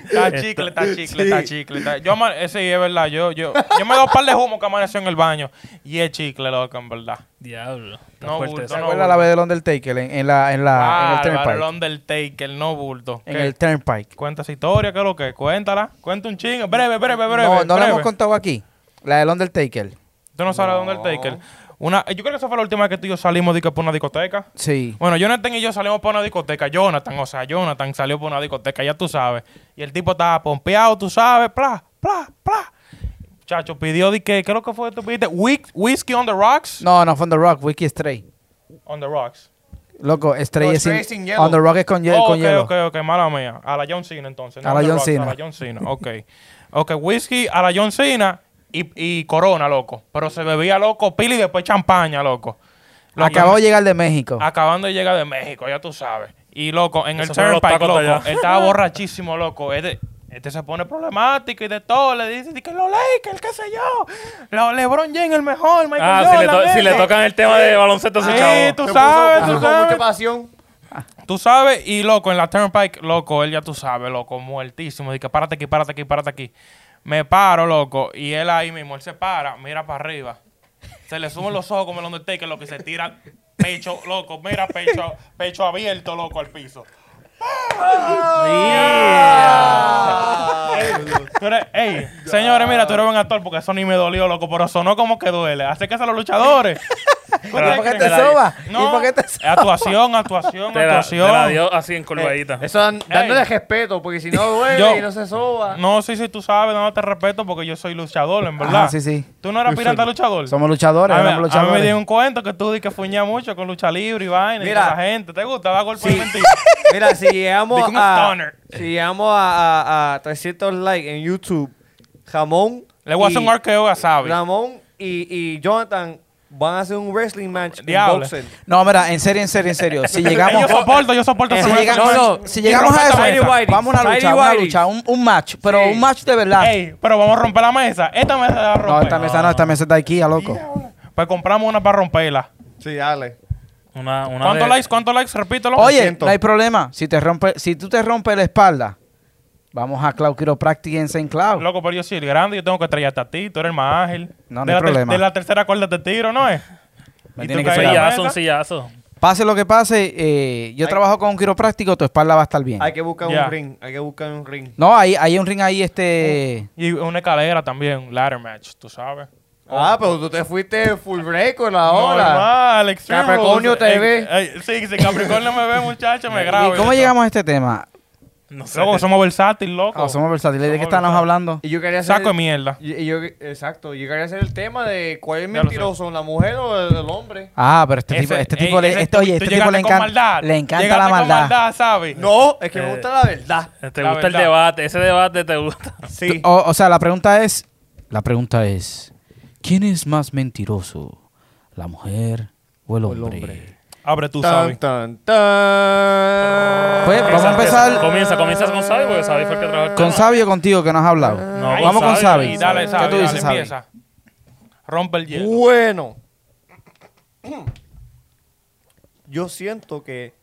Speaker 3: está chicle, está chicle, está chicle. está- Yo, ama- eh, sí, es verdad. Yo, yo, yo me doy un par de humo que amaneció en el baño. Y es chicle, loco, en verdad.
Speaker 4: Diablo. está
Speaker 3: No,
Speaker 4: fuerte
Speaker 3: bulto,
Speaker 4: eso.
Speaker 1: ¿Te
Speaker 3: no. Ah,
Speaker 1: acuerdas la vez del Undertaker en, en la, en, la, Ah, en el
Speaker 3: Bárbaro,
Speaker 1: Turnpike?
Speaker 3: el Undertaker, no bulto.
Speaker 1: En
Speaker 3: ¿Qué?
Speaker 1: el Turnpike.
Speaker 3: Cuenta esa historia, ¿qué es lo que? es? Cuéntala. Cuenta un chingo. Breve, breve, breve.
Speaker 1: no, no la
Speaker 3: breve.
Speaker 1: hemos contado aquí. La del Undertaker.
Speaker 3: Tú no sabes de Undertaker. Una, yo creo que esa fue la última vez que tú y yo salimos de que por una discoteca.
Speaker 1: Sí.
Speaker 3: Bueno, Jonathan y yo salimos para una discoteca. Jonathan, o sea, Jonathan salió para una discoteca, ya tú sabes. Y el tipo estaba pompeado, tú sabes, pla, pla, pla. Chacho, pidió de que, ¿qué es lo que fue que tú pidiste? Whis- Whiskey on the rocks.
Speaker 1: No, no, fue on the rock, Wiki Stray.
Speaker 3: On the rocks.
Speaker 1: Loco, Stray
Speaker 2: No,
Speaker 1: es
Speaker 2: Stray
Speaker 1: sin-
Speaker 2: es sin hielo.
Speaker 1: On the rock es con, hiel-
Speaker 3: Oh,
Speaker 1: con
Speaker 3: ok,
Speaker 1: hielo.
Speaker 3: ok, ok, mala mía. A la John Cena entonces.
Speaker 1: A
Speaker 3: on
Speaker 1: la
Speaker 3: the
Speaker 1: John
Speaker 3: rocks,
Speaker 1: Cena.
Speaker 3: A la John Cena, ok. Ok, whisky a la John Cena y, y corona, loco. Pero se bebía, loco, pila y después champaña, loco. Lo que-
Speaker 1: Acabo de llegar de México.
Speaker 3: Acabando de llegar de México, ya tú sabes. Y loco, en el
Speaker 4: fueron los
Speaker 3: Turnpike,
Speaker 4: tacos
Speaker 3: loco,
Speaker 4: de allá.
Speaker 3: él estaba borrachísimo, loco. Este, este se pone problemático y de todo. Le dice, di que los Lakers, qué sé yo. Los LeBron James, el mejor, Michael
Speaker 4: Ah, si le, to-
Speaker 3: Jordan,
Speaker 4: si le
Speaker 3: este.
Speaker 4: tocan el tema de baloncesto a ese
Speaker 3: Sí,
Speaker 4: chavo.
Speaker 3: tú
Speaker 2: Se puso-
Speaker 3: sabes,
Speaker 2: puso
Speaker 3: tú
Speaker 2: con mucha
Speaker 3: sabes.
Speaker 2: pasión.
Speaker 3: Tú sabes, y loco, en la Turnpike, loco, él ya tú sabes, loco, muertísimo. Dice, párate aquí, párate aquí, párate aquí. Me paro, loco, y él ahí mismo, él se para, mira para arriba. Se le suben los ojos como el Undertaker, lo que se tira pecho, loco, mira pecho, pecho abierto, loco, al piso. Ah. Tú eres- ey, señores, mira, tú eres buen actor porque eso ni me dolió, loco, pero sonó como que duele. Así que a los luchadores.
Speaker 1: ¿Y por qué te
Speaker 4: Te la di.
Speaker 1: soba? ¿Y
Speaker 3: No,
Speaker 1: por qué te soba?
Speaker 3: actuación, actuación,
Speaker 4: Te la, te
Speaker 3: actuación.
Speaker 4: la dio así encorvadita.
Speaker 2: Eso dan- dándole
Speaker 3: Ey.
Speaker 2: respeto, porque si no duele
Speaker 3: Yo-
Speaker 2: y no se soba.
Speaker 3: No, sí, sí, tú sabes, no te respeto porque yo soy luchador, en verdad.
Speaker 1: Ajá, Ah, sí, sí.
Speaker 3: Tú no eras pirata luchador.
Speaker 1: Somos luchadores,
Speaker 3: a mí,
Speaker 1: éramos
Speaker 3: a mí me
Speaker 1: luchadores.
Speaker 3: dieron un cuento que tú di que fuñías mucho con lucha libre y vaina
Speaker 2: Mira.
Speaker 3: y con la gente. ¿Te gusta? Da golpe de mentira.
Speaker 2: Mira, si llegamos
Speaker 3: Digo, un
Speaker 2: a,
Speaker 3: stoner.
Speaker 2: si llegamos a, a- a 300 likes en YouTube, Ramón
Speaker 3: Le voy a hacer
Speaker 2: y-
Speaker 3: un arqueo a Sabi.
Speaker 2: Ramón y, y Jonathan van a hacer un wrestling match en
Speaker 3: Diablo.
Speaker 2: boxer.
Speaker 1: No, mira, en serio, en serio, en serio. Si llegamos...
Speaker 3: Yo soporto, yo soporto
Speaker 2: Eh,
Speaker 1: Si,
Speaker 3: ese
Speaker 1: llega-
Speaker 3: wrestling
Speaker 1: no,
Speaker 3: match.
Speaker 1: no, si llegamos a eso,
Speaker 2: Tidy Whities,
Speaker 1: vamos a una
Speaker 2: Tidy
Speaker 1: lucha, una
Speaker 2: Whities.
Speaker 1: lucha, un, un match, pero un match de verdad.
Speaker 3: Ey, pero vamos a romper la mesa. Esta mesa la va a romper.
Speaker 1: no, esta mesa no, esta mesa está aquí, a loco.
Speaker 3: Pues compramos una para romperla.
Speaker 2: Sí, dale.
Speaker 4: Una, una
Speaker 3: ¿Cuántos
Speaker 4: de-
Speaker 3: likes? ¿Cuántos likes? Repítelo.
Speaker 1: Oye,
Speaker 2: 300.
Speaker 1: no hay problema. Si te rompe, si tú te rompes la espalda, vamos a Cloud Chiropractic en St. Cloud.
Speaker 3: Loco, pero yo soy el grande, yo tengo que estrellarte a ti, tú eres el más ágil.
Speaker 1: No, no
Speaker 3: de
Speaker 1: hay
Speaker 3: la ter-
Speaker 1: problema.
Speaker 3: De la tercera cuerda te tiro, ¿no es?
Speaker 1: Me
Speaker 3: Y
Speaker 1: tiene
Speaker 3: tú
Speaker 1: que
Speaker 3: caes en la
Speaker 1: pegar.
Speaker 4: sillazo,
Speaker 3: mesa.
Speaker 4: un sillazo.
Speaker 1: Pase lo que pase, eh, yo trabajo con un quiropráctico, tu espalda va a estar bien.
Speaker 2: Hay que buscar
Speaker 3: Ya.
Speaker 2: un ring, hay que buscar un ring.
Speaker 1: No, hay, hay un ring ahí, este.
Speaker 3: Y una escalera también, un ladder match, tú sabes.
Speaker 2: Ah, pero tú te fuiste full break ahora.
Speaker 3: Normal, Extreme
Speaker 2: Capricornio
Speaker 3: Rules.
Speaker 2: te
Speaker 3: Eh,
Speaker 2: ve.
Speaker 3: eh, sí, si Capricornio me ve, muchacho, me grabo.
Speaker 1: ¿Y cómo
Speaker 3: yo.
Speaker 1: llegamos a este tema?
Speaker 4: No sé.
Speaker 3: Loco, somos versátiles, loco.
Speaker 1: Ah, somos versátiles. ¿De qué
Speaker 3: Oh. Somos
Speaker 1: estábamos
Speaker 3: versátiles.
Speaker 1: hablando?
Speaker 2: Y yo quería hacer
Speaker 3: Saco de mierda.
Speaker 2: y- y yo- exacto, yo quería hacer el tema de cuál es
Speaker 3: Ya lo
Speaker 2: mentiroso, la mujer o el, el hombre.
Speaker 1: Ah, pero este
Speaker 3: Ese-
Speaker 1: tipo, este
Speaker 3: ey,
Speaker 1: tipo, le,
Speaker 3: ese
Speaker 1: este,
Speaker 3: tú-
Speaker 1: oye,
Speaker 3: tú
Speaker 1: este tipo le
Speaker 3: llegaste con
Speaker 1: encanta,
Speaker 3: maldad.
Speaker 1: le encanta la
Speaker 3: Llegaste con
Speaker 1: maldad.
Speaker 3: ¿sabes?
Speaker 2: No, es que me
Speaker 4: Eh.
Speaker 2: gusta la verdad.
Speaker 4: Te
Speaker 3: La
Speaker 4: gusta el
Speaker 3: verdad.
Speaker 4: debate, ese debate te gusta. oh.
Speaker 2: Sí.
Speaker 1: O, o sea, la pregunta es, la pregunta es, ¿quién es más mentiroso, la mujer o el hombre?
Speaker 3: Abre tú,
Speaker 2: Tan,
Speaker 3: Sabi.
Speaker 2: tan, tan.
Speaker 1: Pues, vamos a empezar-
Speaker 4: Comienza, comienza con Sabi, porque Sabi fue el que trajo el
Speaker 1: Con
Speaker 4: tema.
Speaker 1: Sabio contigo que no has hablado.
Speaker 4: No,
Speaker 3: Ah. Ahí,
Speaker 1: Vamos con Sabi.
Speaker 3: ahí, Dale, Sabi,
Speaker 1: ¿Qué tú
Speaker 3: dale,
Speaker 1: dices, Sabi? Uh,
Speaker 3: empieza. Rompe el hielo.
Speaker 2: Bueno. Yo siento que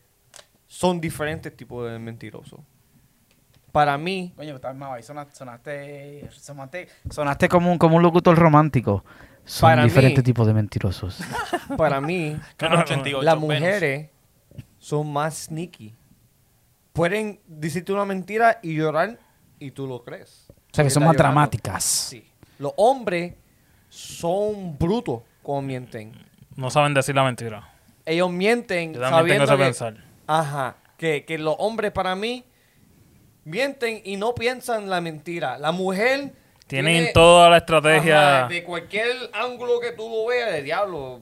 Speaker 2: son diferentes tipos de mentirosos. Para mí,
Speaker 1: Coño, pues, estás más ahí. Sonaste, sonaste, sonaste, sonaste como, un, como un locutor romántico. Son
Speaker 2: Para mí-
Speaker 1: diferentes tipos de mentirosos.
Speaker 2: para mí,
Speaker 3: Menos 88,
Speaker 2: las
Speaker 3: menos.
Speaker 2: mujeres son más sneaky. Pueden decirte una mentira y llorar y tú lo crees.
Speaker 1: O sea, que
Speaker 2: Porque
Speaker 1: son
Speaker 2: está
Speaker 1: más
Speaker 2: llorando.
Speaker 1: dramáticas.
Speaker 2: Sí. Los hombres son brutos cuando mienten.
Speaker 4: No saben decir la mentira.
Speaker 2: Ellos mienten
Speaker 4: Yo también tengo
Speaker 2: sabiendo
Speaker 4: ese
Speaker 2: que,
Speaker 4: pensar.
Speaker 2: Ajá. Que, que los hombres para mí mienten y no piensan la mentira. La mujer
Speaker 4: Tienen
Speaker 2: tiene-
Speaker 4: toda la
Speaker 2: ajá,
Speaker 4: estrategia.
Speaker 2: de cualquier ángulo que tú lo veas de diablo.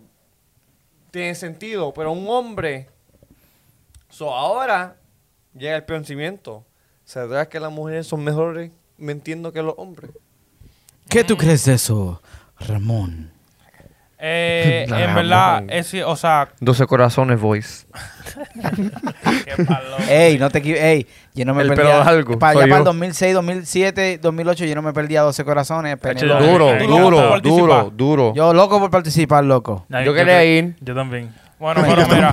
Speaker 2: Tiene sentido, pero un hombre so ahora llega el pensamiento. ¿Sabrás que las mujeres son mejores mintiendo que los hombres?
Speaker 1: ¿Qué tú crees de eso, Ramón?
Speaker 3: Eh,
Speaker 9: La
Speaker 3: en verdad,
Speaker 9: madre.
Speaker 3: es, sí, o sea,
Speaker 9: 12 corazones, voice.
Speaker 3: qué palo.
Speaker 1: Ey, no te equivoques. Ey, yo no me
Speaker 9: El
Speaker 1: perdía.
Speaker 9: pelo largo,
Speaker 1: Para allá
Speaker 9: soy
Speaker 1: para el
Speaker 9: yo.
Speaker 1: 2006, 2007, 2008, yo no me perdía 12 corazones. Penélope.
Speaker 4: Ay,
Speaker 9: Duro,
Speaker 4: ay,
Speaker 9: duro,
Speaker 3: ay.
Speaker 9: duro, duro.
Speaker 1: Yo loco por participar, loco.
Speaker 4: Ay,
Speaker 9: Yo quería
Speaker 4: te-
Speaker 9: ir.
Speaker 4: Yo también.
Speaker 3: Bueno, pero mira,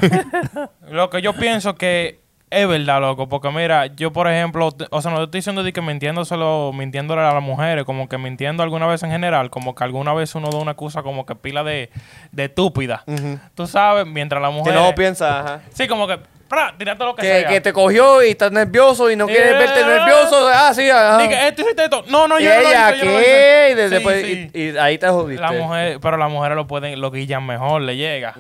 Speaker 3: lo que yo pienso que es verdad, loco, porque mira, yo por ejemplo, te- o sea, no te estoy diciendo de que mintiendo solo, mintiéndole a las mujeres, como que mintiendo alguna vez en general, como que alguna vez uno da una excusa como que pila de, de estúpida.
Speaker 2: Mm.
Speaker 3: Tú sabes, mientras la
Speaker 2: Que
Speaker 3: mujer...
Speaker 2: no piensas, ajá.
Speaker 3: sí, como que, pra, tirate lo que,
Speaker 2: que,
Speaker 3: sea.
Speaker 2: que te cogió y estás nervioso y no quieres
Speaker 3: Eh,
Speaker 2: verte nervioso. Ah, sí, ajá.
Speaker 3: Di que, esto hiciste esto. No, no,
Speaker 2: y
Speaker 3: yo no lo
Speaker 2: ella,
Speaker 3: hice, yo no lo
Speaker 2: ¿qué?
Speaker 3: hice.
Speaker 2: Y, desde
Speaker 3: Sí,
Speaker 2: pues-
Speaker 3: sí.
Speaker 2: y- y ahí te jodiste.
Speaker 3: La mujer, pero las mujeres lo pueden, lo guillan mejor, le llega.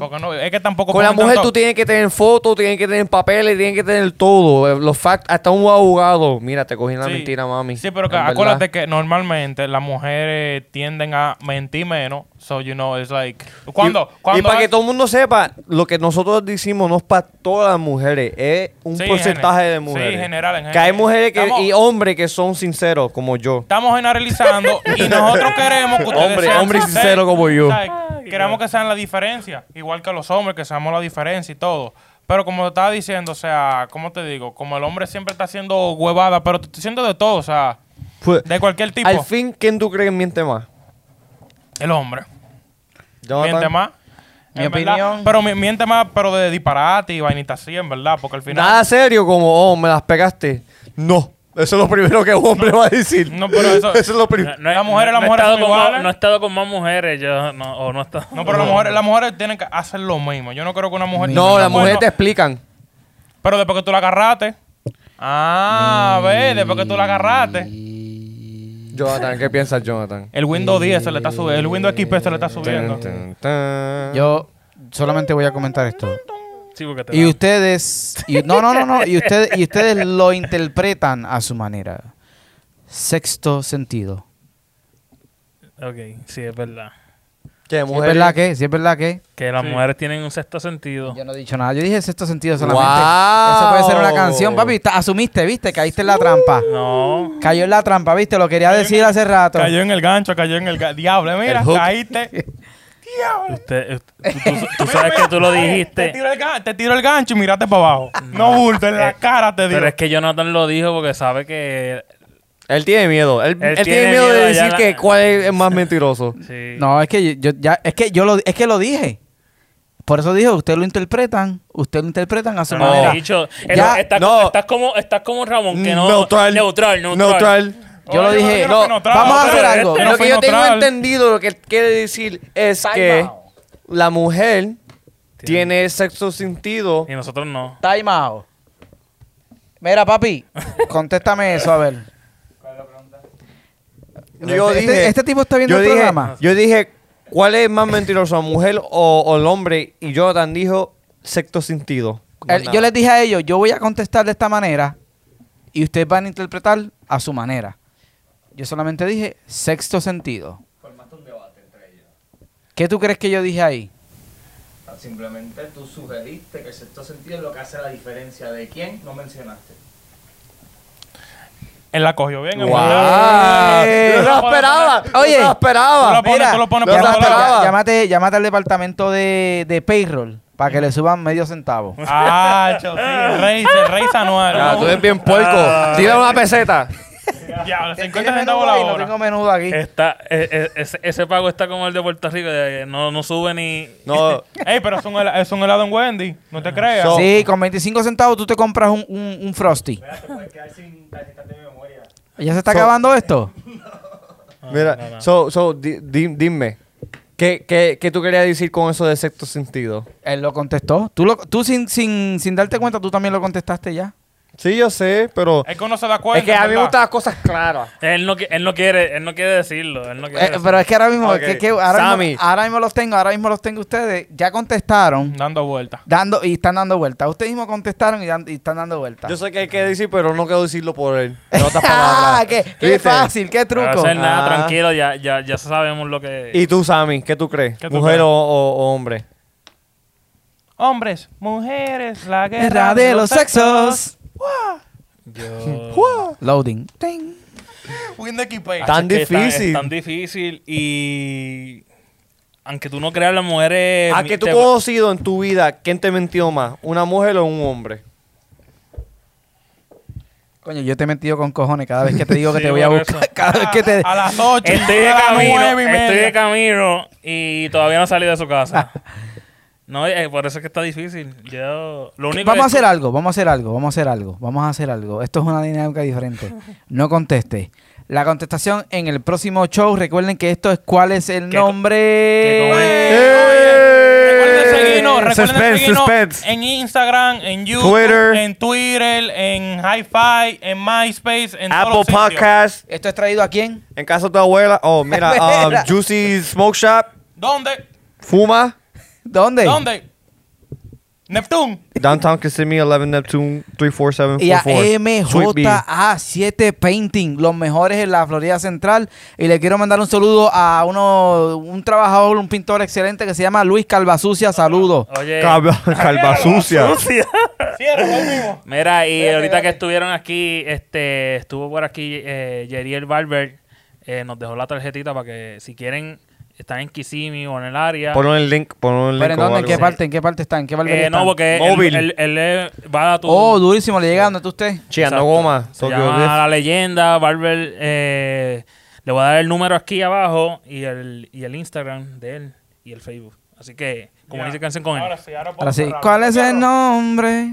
Speaker 3: Porque no, es que tampoco
Speaker 2: Con la
Speaker 3: ponen
Speaker 2: mujer
Speaker 3: tanto-
Speaker 2: tú tienes que tener fotos, tienes que tener papeles, tienes que tener todo. eh, Los facts, hasta un abogado. Mira, te cogí en la
Speaker 3: Sí.
Speaker 2: mentira, mami.
Speaker 3: Sí, pero que-
Speaker 2: En verdad.
Speaker 3: acuérdate que normalmente las mujeres tienden a mentir menos. So, you know, it's like... Cuando,
Speaker 2: Y-
Speaker 3: cuando
Speaker 2: y para
Speaker 3: hay-
Speaker 2: que todo el mundo sepa, lo que nosotros decimos no es para todas las mujeres, es un
Speaker 3: Sí,
Speaker 2: porcentaje
Speaker 3: gener-
Speaker 2: de mujeres.
Speaker 3: sí, general, en
Speaker 2: Que hay
Speaker 3: general.
Speaker 2: mujeres que,
Speaker 3: Estamos-
Speaker 2: y hombres que son sinceros, como yo.
Speaker 3: Estamos generalizando y nosotros queremos que ustedes
Speaker 2: Hombre,
Speaker 3: sean
Speaker 2: hombre
Speaker 3: sinceros,
Speaker 2: sincero como yo.
Speaker 3: ¿sabes? Queremos que sean la diferencia, igual que los hombres, que seamos la diferencia y todo. Pero como te estaba diciendo, o sea, ¿cómo te digo? Como el hombre siempre está haciendo huevada, pero te estoy diciendo de todo, o sea,
Speaker 2: Pues,
Speaker 3: de cualquier tipo.
Speaker 2: al fin, ¿quién tú crees que miente más?
Speaker 3: El hombre.
Speaker 2: Jonathan.
Speaker 3: Miente más.
Speaker 1: Mi
Speaker 3: en verdad.
Speaker 1: opinión.
Speaker 3: Pero mi- miente más, pero de disparate y vainita así, en verdad, porque al final...
Speaker 2: Nada serio como, oh, me las pegaste. No. Eso es lo primero que un hombre va a decir.
Speaker 3: No, pero eso-
Speaker 2: es lo primero.
Speaker 4: No, no he-
Speaker 3: Las mujeres,
Speaker 4: no-
Speaker 3: las
Speaker 4: no he
Speaker 3: mujeres
Speaker 4: estado
Speaker 3: son
Speaker 4: con más-
Speaker 3: iguales.
Speaker 4: No he estado con más mujeres, yo no, o no he estado.
Speaker 3: No, pero las mujeres, las mujeres tienen que hacer lo mismo. Yo no creo que una mujer...
Speaker 2: No, las mujeres
Speaker 3: Bueno,
Speaker 2: te explican.
Speaker 3: Pero después
Speaker 4: Mm.
Speaker 3: que tú la agarraste... Ah, ve, después que tú la agarraste...
Speaker 2: Jonathan, ¿qué piensas, Jonathan?
Speaker 3: El Windows 10 se le está subiendo. El Windows XP se le está subiendo.
Speaker 2: Tan, tan.
Speaker 1: Yo solamente voy a comentar esto.
Speaker 4: Sí, porque te
Speaker 1: Y
Speaker 4: da-
Speaker 1: ustedes, y- no, no, no, no, y ustedes, y ustedes lo interpretan a su manera. Sexto sentido.
Speaker 4: Ok, sí, es verdad.
Speaker 2: ¿Qué
Speaker 1: Si es
Speaker 2: mujer?
Speaker 1: verdad que, si es verdad que.
Speaker 4: Que las mujeres tienen un sexto sentido.
Speaker 1: Yo no he dicho nada, yo dije sexto sentido solamente.
Speaker 2: Wow.
Speaker 1: Eso puede ser una canción, papi. ta- Asumiste, viste, caíste en la trampa.
Speaker 4: No.
Speaker 1: Cayó en la trampa, viste, lo quería decir hace rato.
Speaker 3: Cayó en el gancho, cayó en el ga- diablo. Mira,
Speaker 2: El hook.
Speaker 3: caíste. Diablo.
Speaker 4: Usted, usted- tú, tú- tú sabes que tú lo
Speaker 3: Te
Speaker 4: dijiste. Mm.
Speaker 3: tiro el, ga- te tiro el gancho y miraste para abajo. No bulto, en la cara te digo.
Speaker 4: Eh, Pero es que Jonathan lo dijo porque sabe que.
Speaker 2: Él tiene miedo. Él, él tiene miedo de
Speaker 4: allá
Speaker 2: decir
Speaker 4: la-
Speaker 2: que cuál es el más mentiroso.
Speaker 4: Sí.
Speaker 1: No, es que yo ya, es que yo lo, es que lo dije. Por eso dije, ustedes lo interpretan, ustedes lo interpretan
Speaker 3: Ah,
Speaker 1: a su
Speaker 4: No,
Speaker 1: manera.
Speaker 4: dicho,
Speaker 1: Ya,
Speaker 4: estás,
Speaker 2: no.
Speaker 4: estás como, estás como Ramón, que no.
Speaker 2: neutral.
Speaker 4: Neutral, neutral.
Speaker 1: Yo lo
Speaker 3: Oye,
Speaker 1: dije,
Speaker 3: yo no
Speaker 1: no,
Speaker 3: fui neutral,
Speaker 1: vamos a
Speaker 3: pero
Speaker 1: hacer
Speaker 3: este
Speaker 1: algo.
Speaker 3: no
Speaker 2: lo
Speaker 3: fue
Speaker 2: que yo tengo
Speaker 3: neutral.
Speaker 2: entendido, lo que él quiere decir es que la mujer tiene el sexto sentido.
Speaker 4: Y nosotros no.
Speaker 1: Time out. Mira, papi, contéstame eso, a ver.
Speaker 2: Yo
Speaker 1: este,
Speaker 2: dije-
Speaker 1: este tipo está viendo
Speaker 2: yo
Speaker 1: el
Speaker 2: dije,
Speaker 1: programa.
Speaker 2: Yo dije, ¿cuál es más mentiroso, la mujer o, o el hombre? Y Jonathan dijo sexto sentido.
Speaker 1: El- yo les dije a ellos, yo voy a contestar de esta manera y ustedes van a interpretar a su manera. Yo solamente dije sexto sentido. ¿Qué tú crees que yo dije ahí?
Speaker 10: Simplemente tú sugeriste que el sexto sentido es lo que hace la diferencia de quién no mencionaste.
Speaker 3: Él la cogió bien. en
Speaker 2: Wow.
Speaker 3: verdad.
Speaker 2: No lo esperaba.
Speaker 1: Oye.
Speaker 2: No lo
Speaker 3: Tú
Speaker 2: esperaba.
Speaker 3: la pones,
Speaker 1: Mira,
Speaker 3: tú lo pones
Speaker 2: no
Speaker 3: por
Speaker 2: la
Speaker 3: otro
Speaker 1: Llámate-
Speaker 3: lado.
Speaker 2: esperaba.
Speaker 1: llámate, llámate al departamento de, de payroll para que le suban medio centavo.
Speaker 3: Ah, cho, sí, el race, el race anual.
Speaker 2: Ah, tú eres bien puerco. Tira una peseta.
Speaker 3: Ya,
Speaker 1: Tiene
Speaker 3: 50 centavos
Speaker 1: menudo
Speaker 3: la
Speaker 1: ahí, No
Speaker 3: hora.
Speaker 1: tengo menudo aquí.
Speaker 4: Está, e- e- ese, ese pago está como el de Puerto Rico, de que no, no sube ni.
Speaker 2: No.
Speaker 3: Ey, pero es un, hela- es un helado en Wendy, no te creas.
Speaker 2: So-
Speaker 1: Sí, con 25 centavos tú te compras un, un, un Frosty.
Speaker 10: Te puedes quedar sin tarjetas de memoria.
Speaker 1: ¿Ya se está
Speaker 2: So-
Speaker 1: acabando esto?
Speaker 2: Mira, so, so, di- di- dime. ¿qué, qué, ¿Qué tú querías decir con eso de sexto sentido?
Speaker 1: Él lo contestó. Tú, lo, tú sin, sin, sin darte cuenta, tú también lo contestaste ya.
Speaker 2: Sí, yo sé, pero...
Speaker 3: Es que uno se da cuenta.
Speaker 2: es que a mí me
Speaker 3: ¿verdad?
Speaker 2: gustan las cosas claras.
Speaker 4: Él no, qui- él no quiere, él no quiere decirlo. Él no quiere
Speaker 1: Eh,
Speaker 4: decirlo.
Speaker 1: pero es que ahora mismo,
Speaker 2: Ok.
Speaker 1: que- que ahora,
Speaker 2: Sammy.
Speaker 1: mismo, ahora mismo los tengo, ahora mismo los tengo ustedes. Ya contestaron
Speaker 3: Dando vueltas.
Speaker 1: dando y están dando vueltas. Ustedes mismos contestaron y, dan- y están dando vueltas.
Speaker 2: Yo sé que hay que decir, pero no quiero decirlo por él. En otras
Speaker 1: ah,
Speaker 2: palabras.
Speaker 1: qué, qué
Speaker 2: ¿Viste?
Speaker 1: fácil, qué truco.
Speaker 4: No va a hacer nada,
Speaker 2: Ah.
Speaker 4: tranquilo, ya, ya, ya sabemos lo que.
Speaker 2: ¿Y tú, Sammy? ¿Qué tú crees?
Speaker 3: ¿Qué tú
Speaker 2: ¿Mujer
Speaker 3: crees?
Speaker 2: O, o- o hombre?
Speaker 3: Hombres, mujeres, la guerra,
Speaker 1: Guerra de los sexos. Loading.
Speaker 3: Windows XP.
Speaker 2: Tan
Speaker 4: Es que está-
Speaker 2: difícil.
Speaker 4: es tan difícil y. Aunque tú no creas, las
Speaker 3: Eh,
Speaker 4: mujeres.
Speaker 2: ¿A Ah, que tú
Speaker 4: te-
Speaker 2: conocido en tu vida quién te mintió más? ¿Una mujer o un hombre?
Speaker 1: Coño, yo te he metido con cojones cada vez que te digo que te voy a
Speaker 4: por Ah,
Speaker 1: buscar. Cada vez que te.
Speaker 3: A las 8.
Speaker 4: Estoy de
Speaker 3: a las
Speaker 4: camino,
Speaker 3: nueve y media.
Speaker 4: estoy de camino y todavía no salí de su casa. No, eh, por eso es que está difícil. Yo, lo único
Speaker 1: Vamos a
Speaker 4: es que-
Speaker 1: hacer algo, vamos a hacer algo, vamos a hacer algo, vamos a hacer algo. Esto es una dinámica diferente. No conteste. La contestación en el próximo show. Recuerden que esto es cuál es el
Speaker 4: Que co-
Speaker 1: nombre.
Speaker 3: Eh,
Speaker 4: que comen-
Speaker 2: Eh,
Speaker 3: Recuerden seguirnos, recuerden
Speaker 11: Suspense,
Speaker 3: seguirnos
Speaker 11: suspense.
Speaker 3: en Instagram, en YouTube,
Speaker 11: Twitter.
Speaker 3: en Twitter, en Hi-Fi, en MySpace, en todos
Speaker 2: Apple
Speaker 3: los sitios.
Speaker 2: Podcast.
Speaker 1: ¿Esto es traído a quién?
Speaker 2: En casa de tu abuela. Oh, mira. um,
Speaker 1: Mira.
Speaker 2: Juicy Smoke Shop.
Speaker 3: ¿Dónde?
Speaker 2: Fuma.
Speaker 1: ¿Dónde?
Speaker 3: ¿Dónde? Neptune.
Speaker 2: Downtown Kissimmee, 11 Neptune,
Speaker 1: Y a
Speaker 2: 34744. Sweet Bee.
Speaker 1: MJA7 Painting, los mejores en la Florida Central. Y le quiero mandar un saludo a uno, un trabajador, un pintor excelente que se llama Luis Calvasucia. Saludos.
Speaker 4: Oye,
Speaker 3: Eh,
Speaker 11: Calva, calva sucia.
Speaker 3: Cierra, lo mismo.
Speaker 4: mira, y ahorita que estuvieron aquí, este, estuvo por aquí eh, Yeriel Barber, eh, nos dejó la tarjetita para que si quieren, están en Kissimmee o en el área.
Speaker 2: Ponlo en el link. Ponlo en el link.
Speaker 1: ¿Pero en
Speaker 2: o
Speaker 1: dónde? ¿En
Speaker 2: algo.
Speaker 1: qué parte? ¿En qué parte están? ¿En qué barbería
Speaker 4: Eh, no,
Speaker 1: están?
Speaker 4: porque él,
Speaker 2: Móvil.
Speaker 4: él- él le va a tu...
Speaker 1: Oh, durísimo, le llega donde tú estés.
Speaker 2: Chiando
Speaker 4: Exacto.
Speaker 2: goma.
Speaker 4: Se
Speaker 2: Tokyo
Speaker 4: llama
Speaker 2: Drift.
Speaker 4: La Leyenda, Barber. eh, le voy a dar el número aquí abajo y el, y el Instagram de él y el Facebook. Así que comuníquense con él.
Speaker 3: Ahora sí, ahora puedo
Speaker 1: Ahora sí.
Speaker 3: cerrar.
Speaker 1: ¿Cuál es el nombre?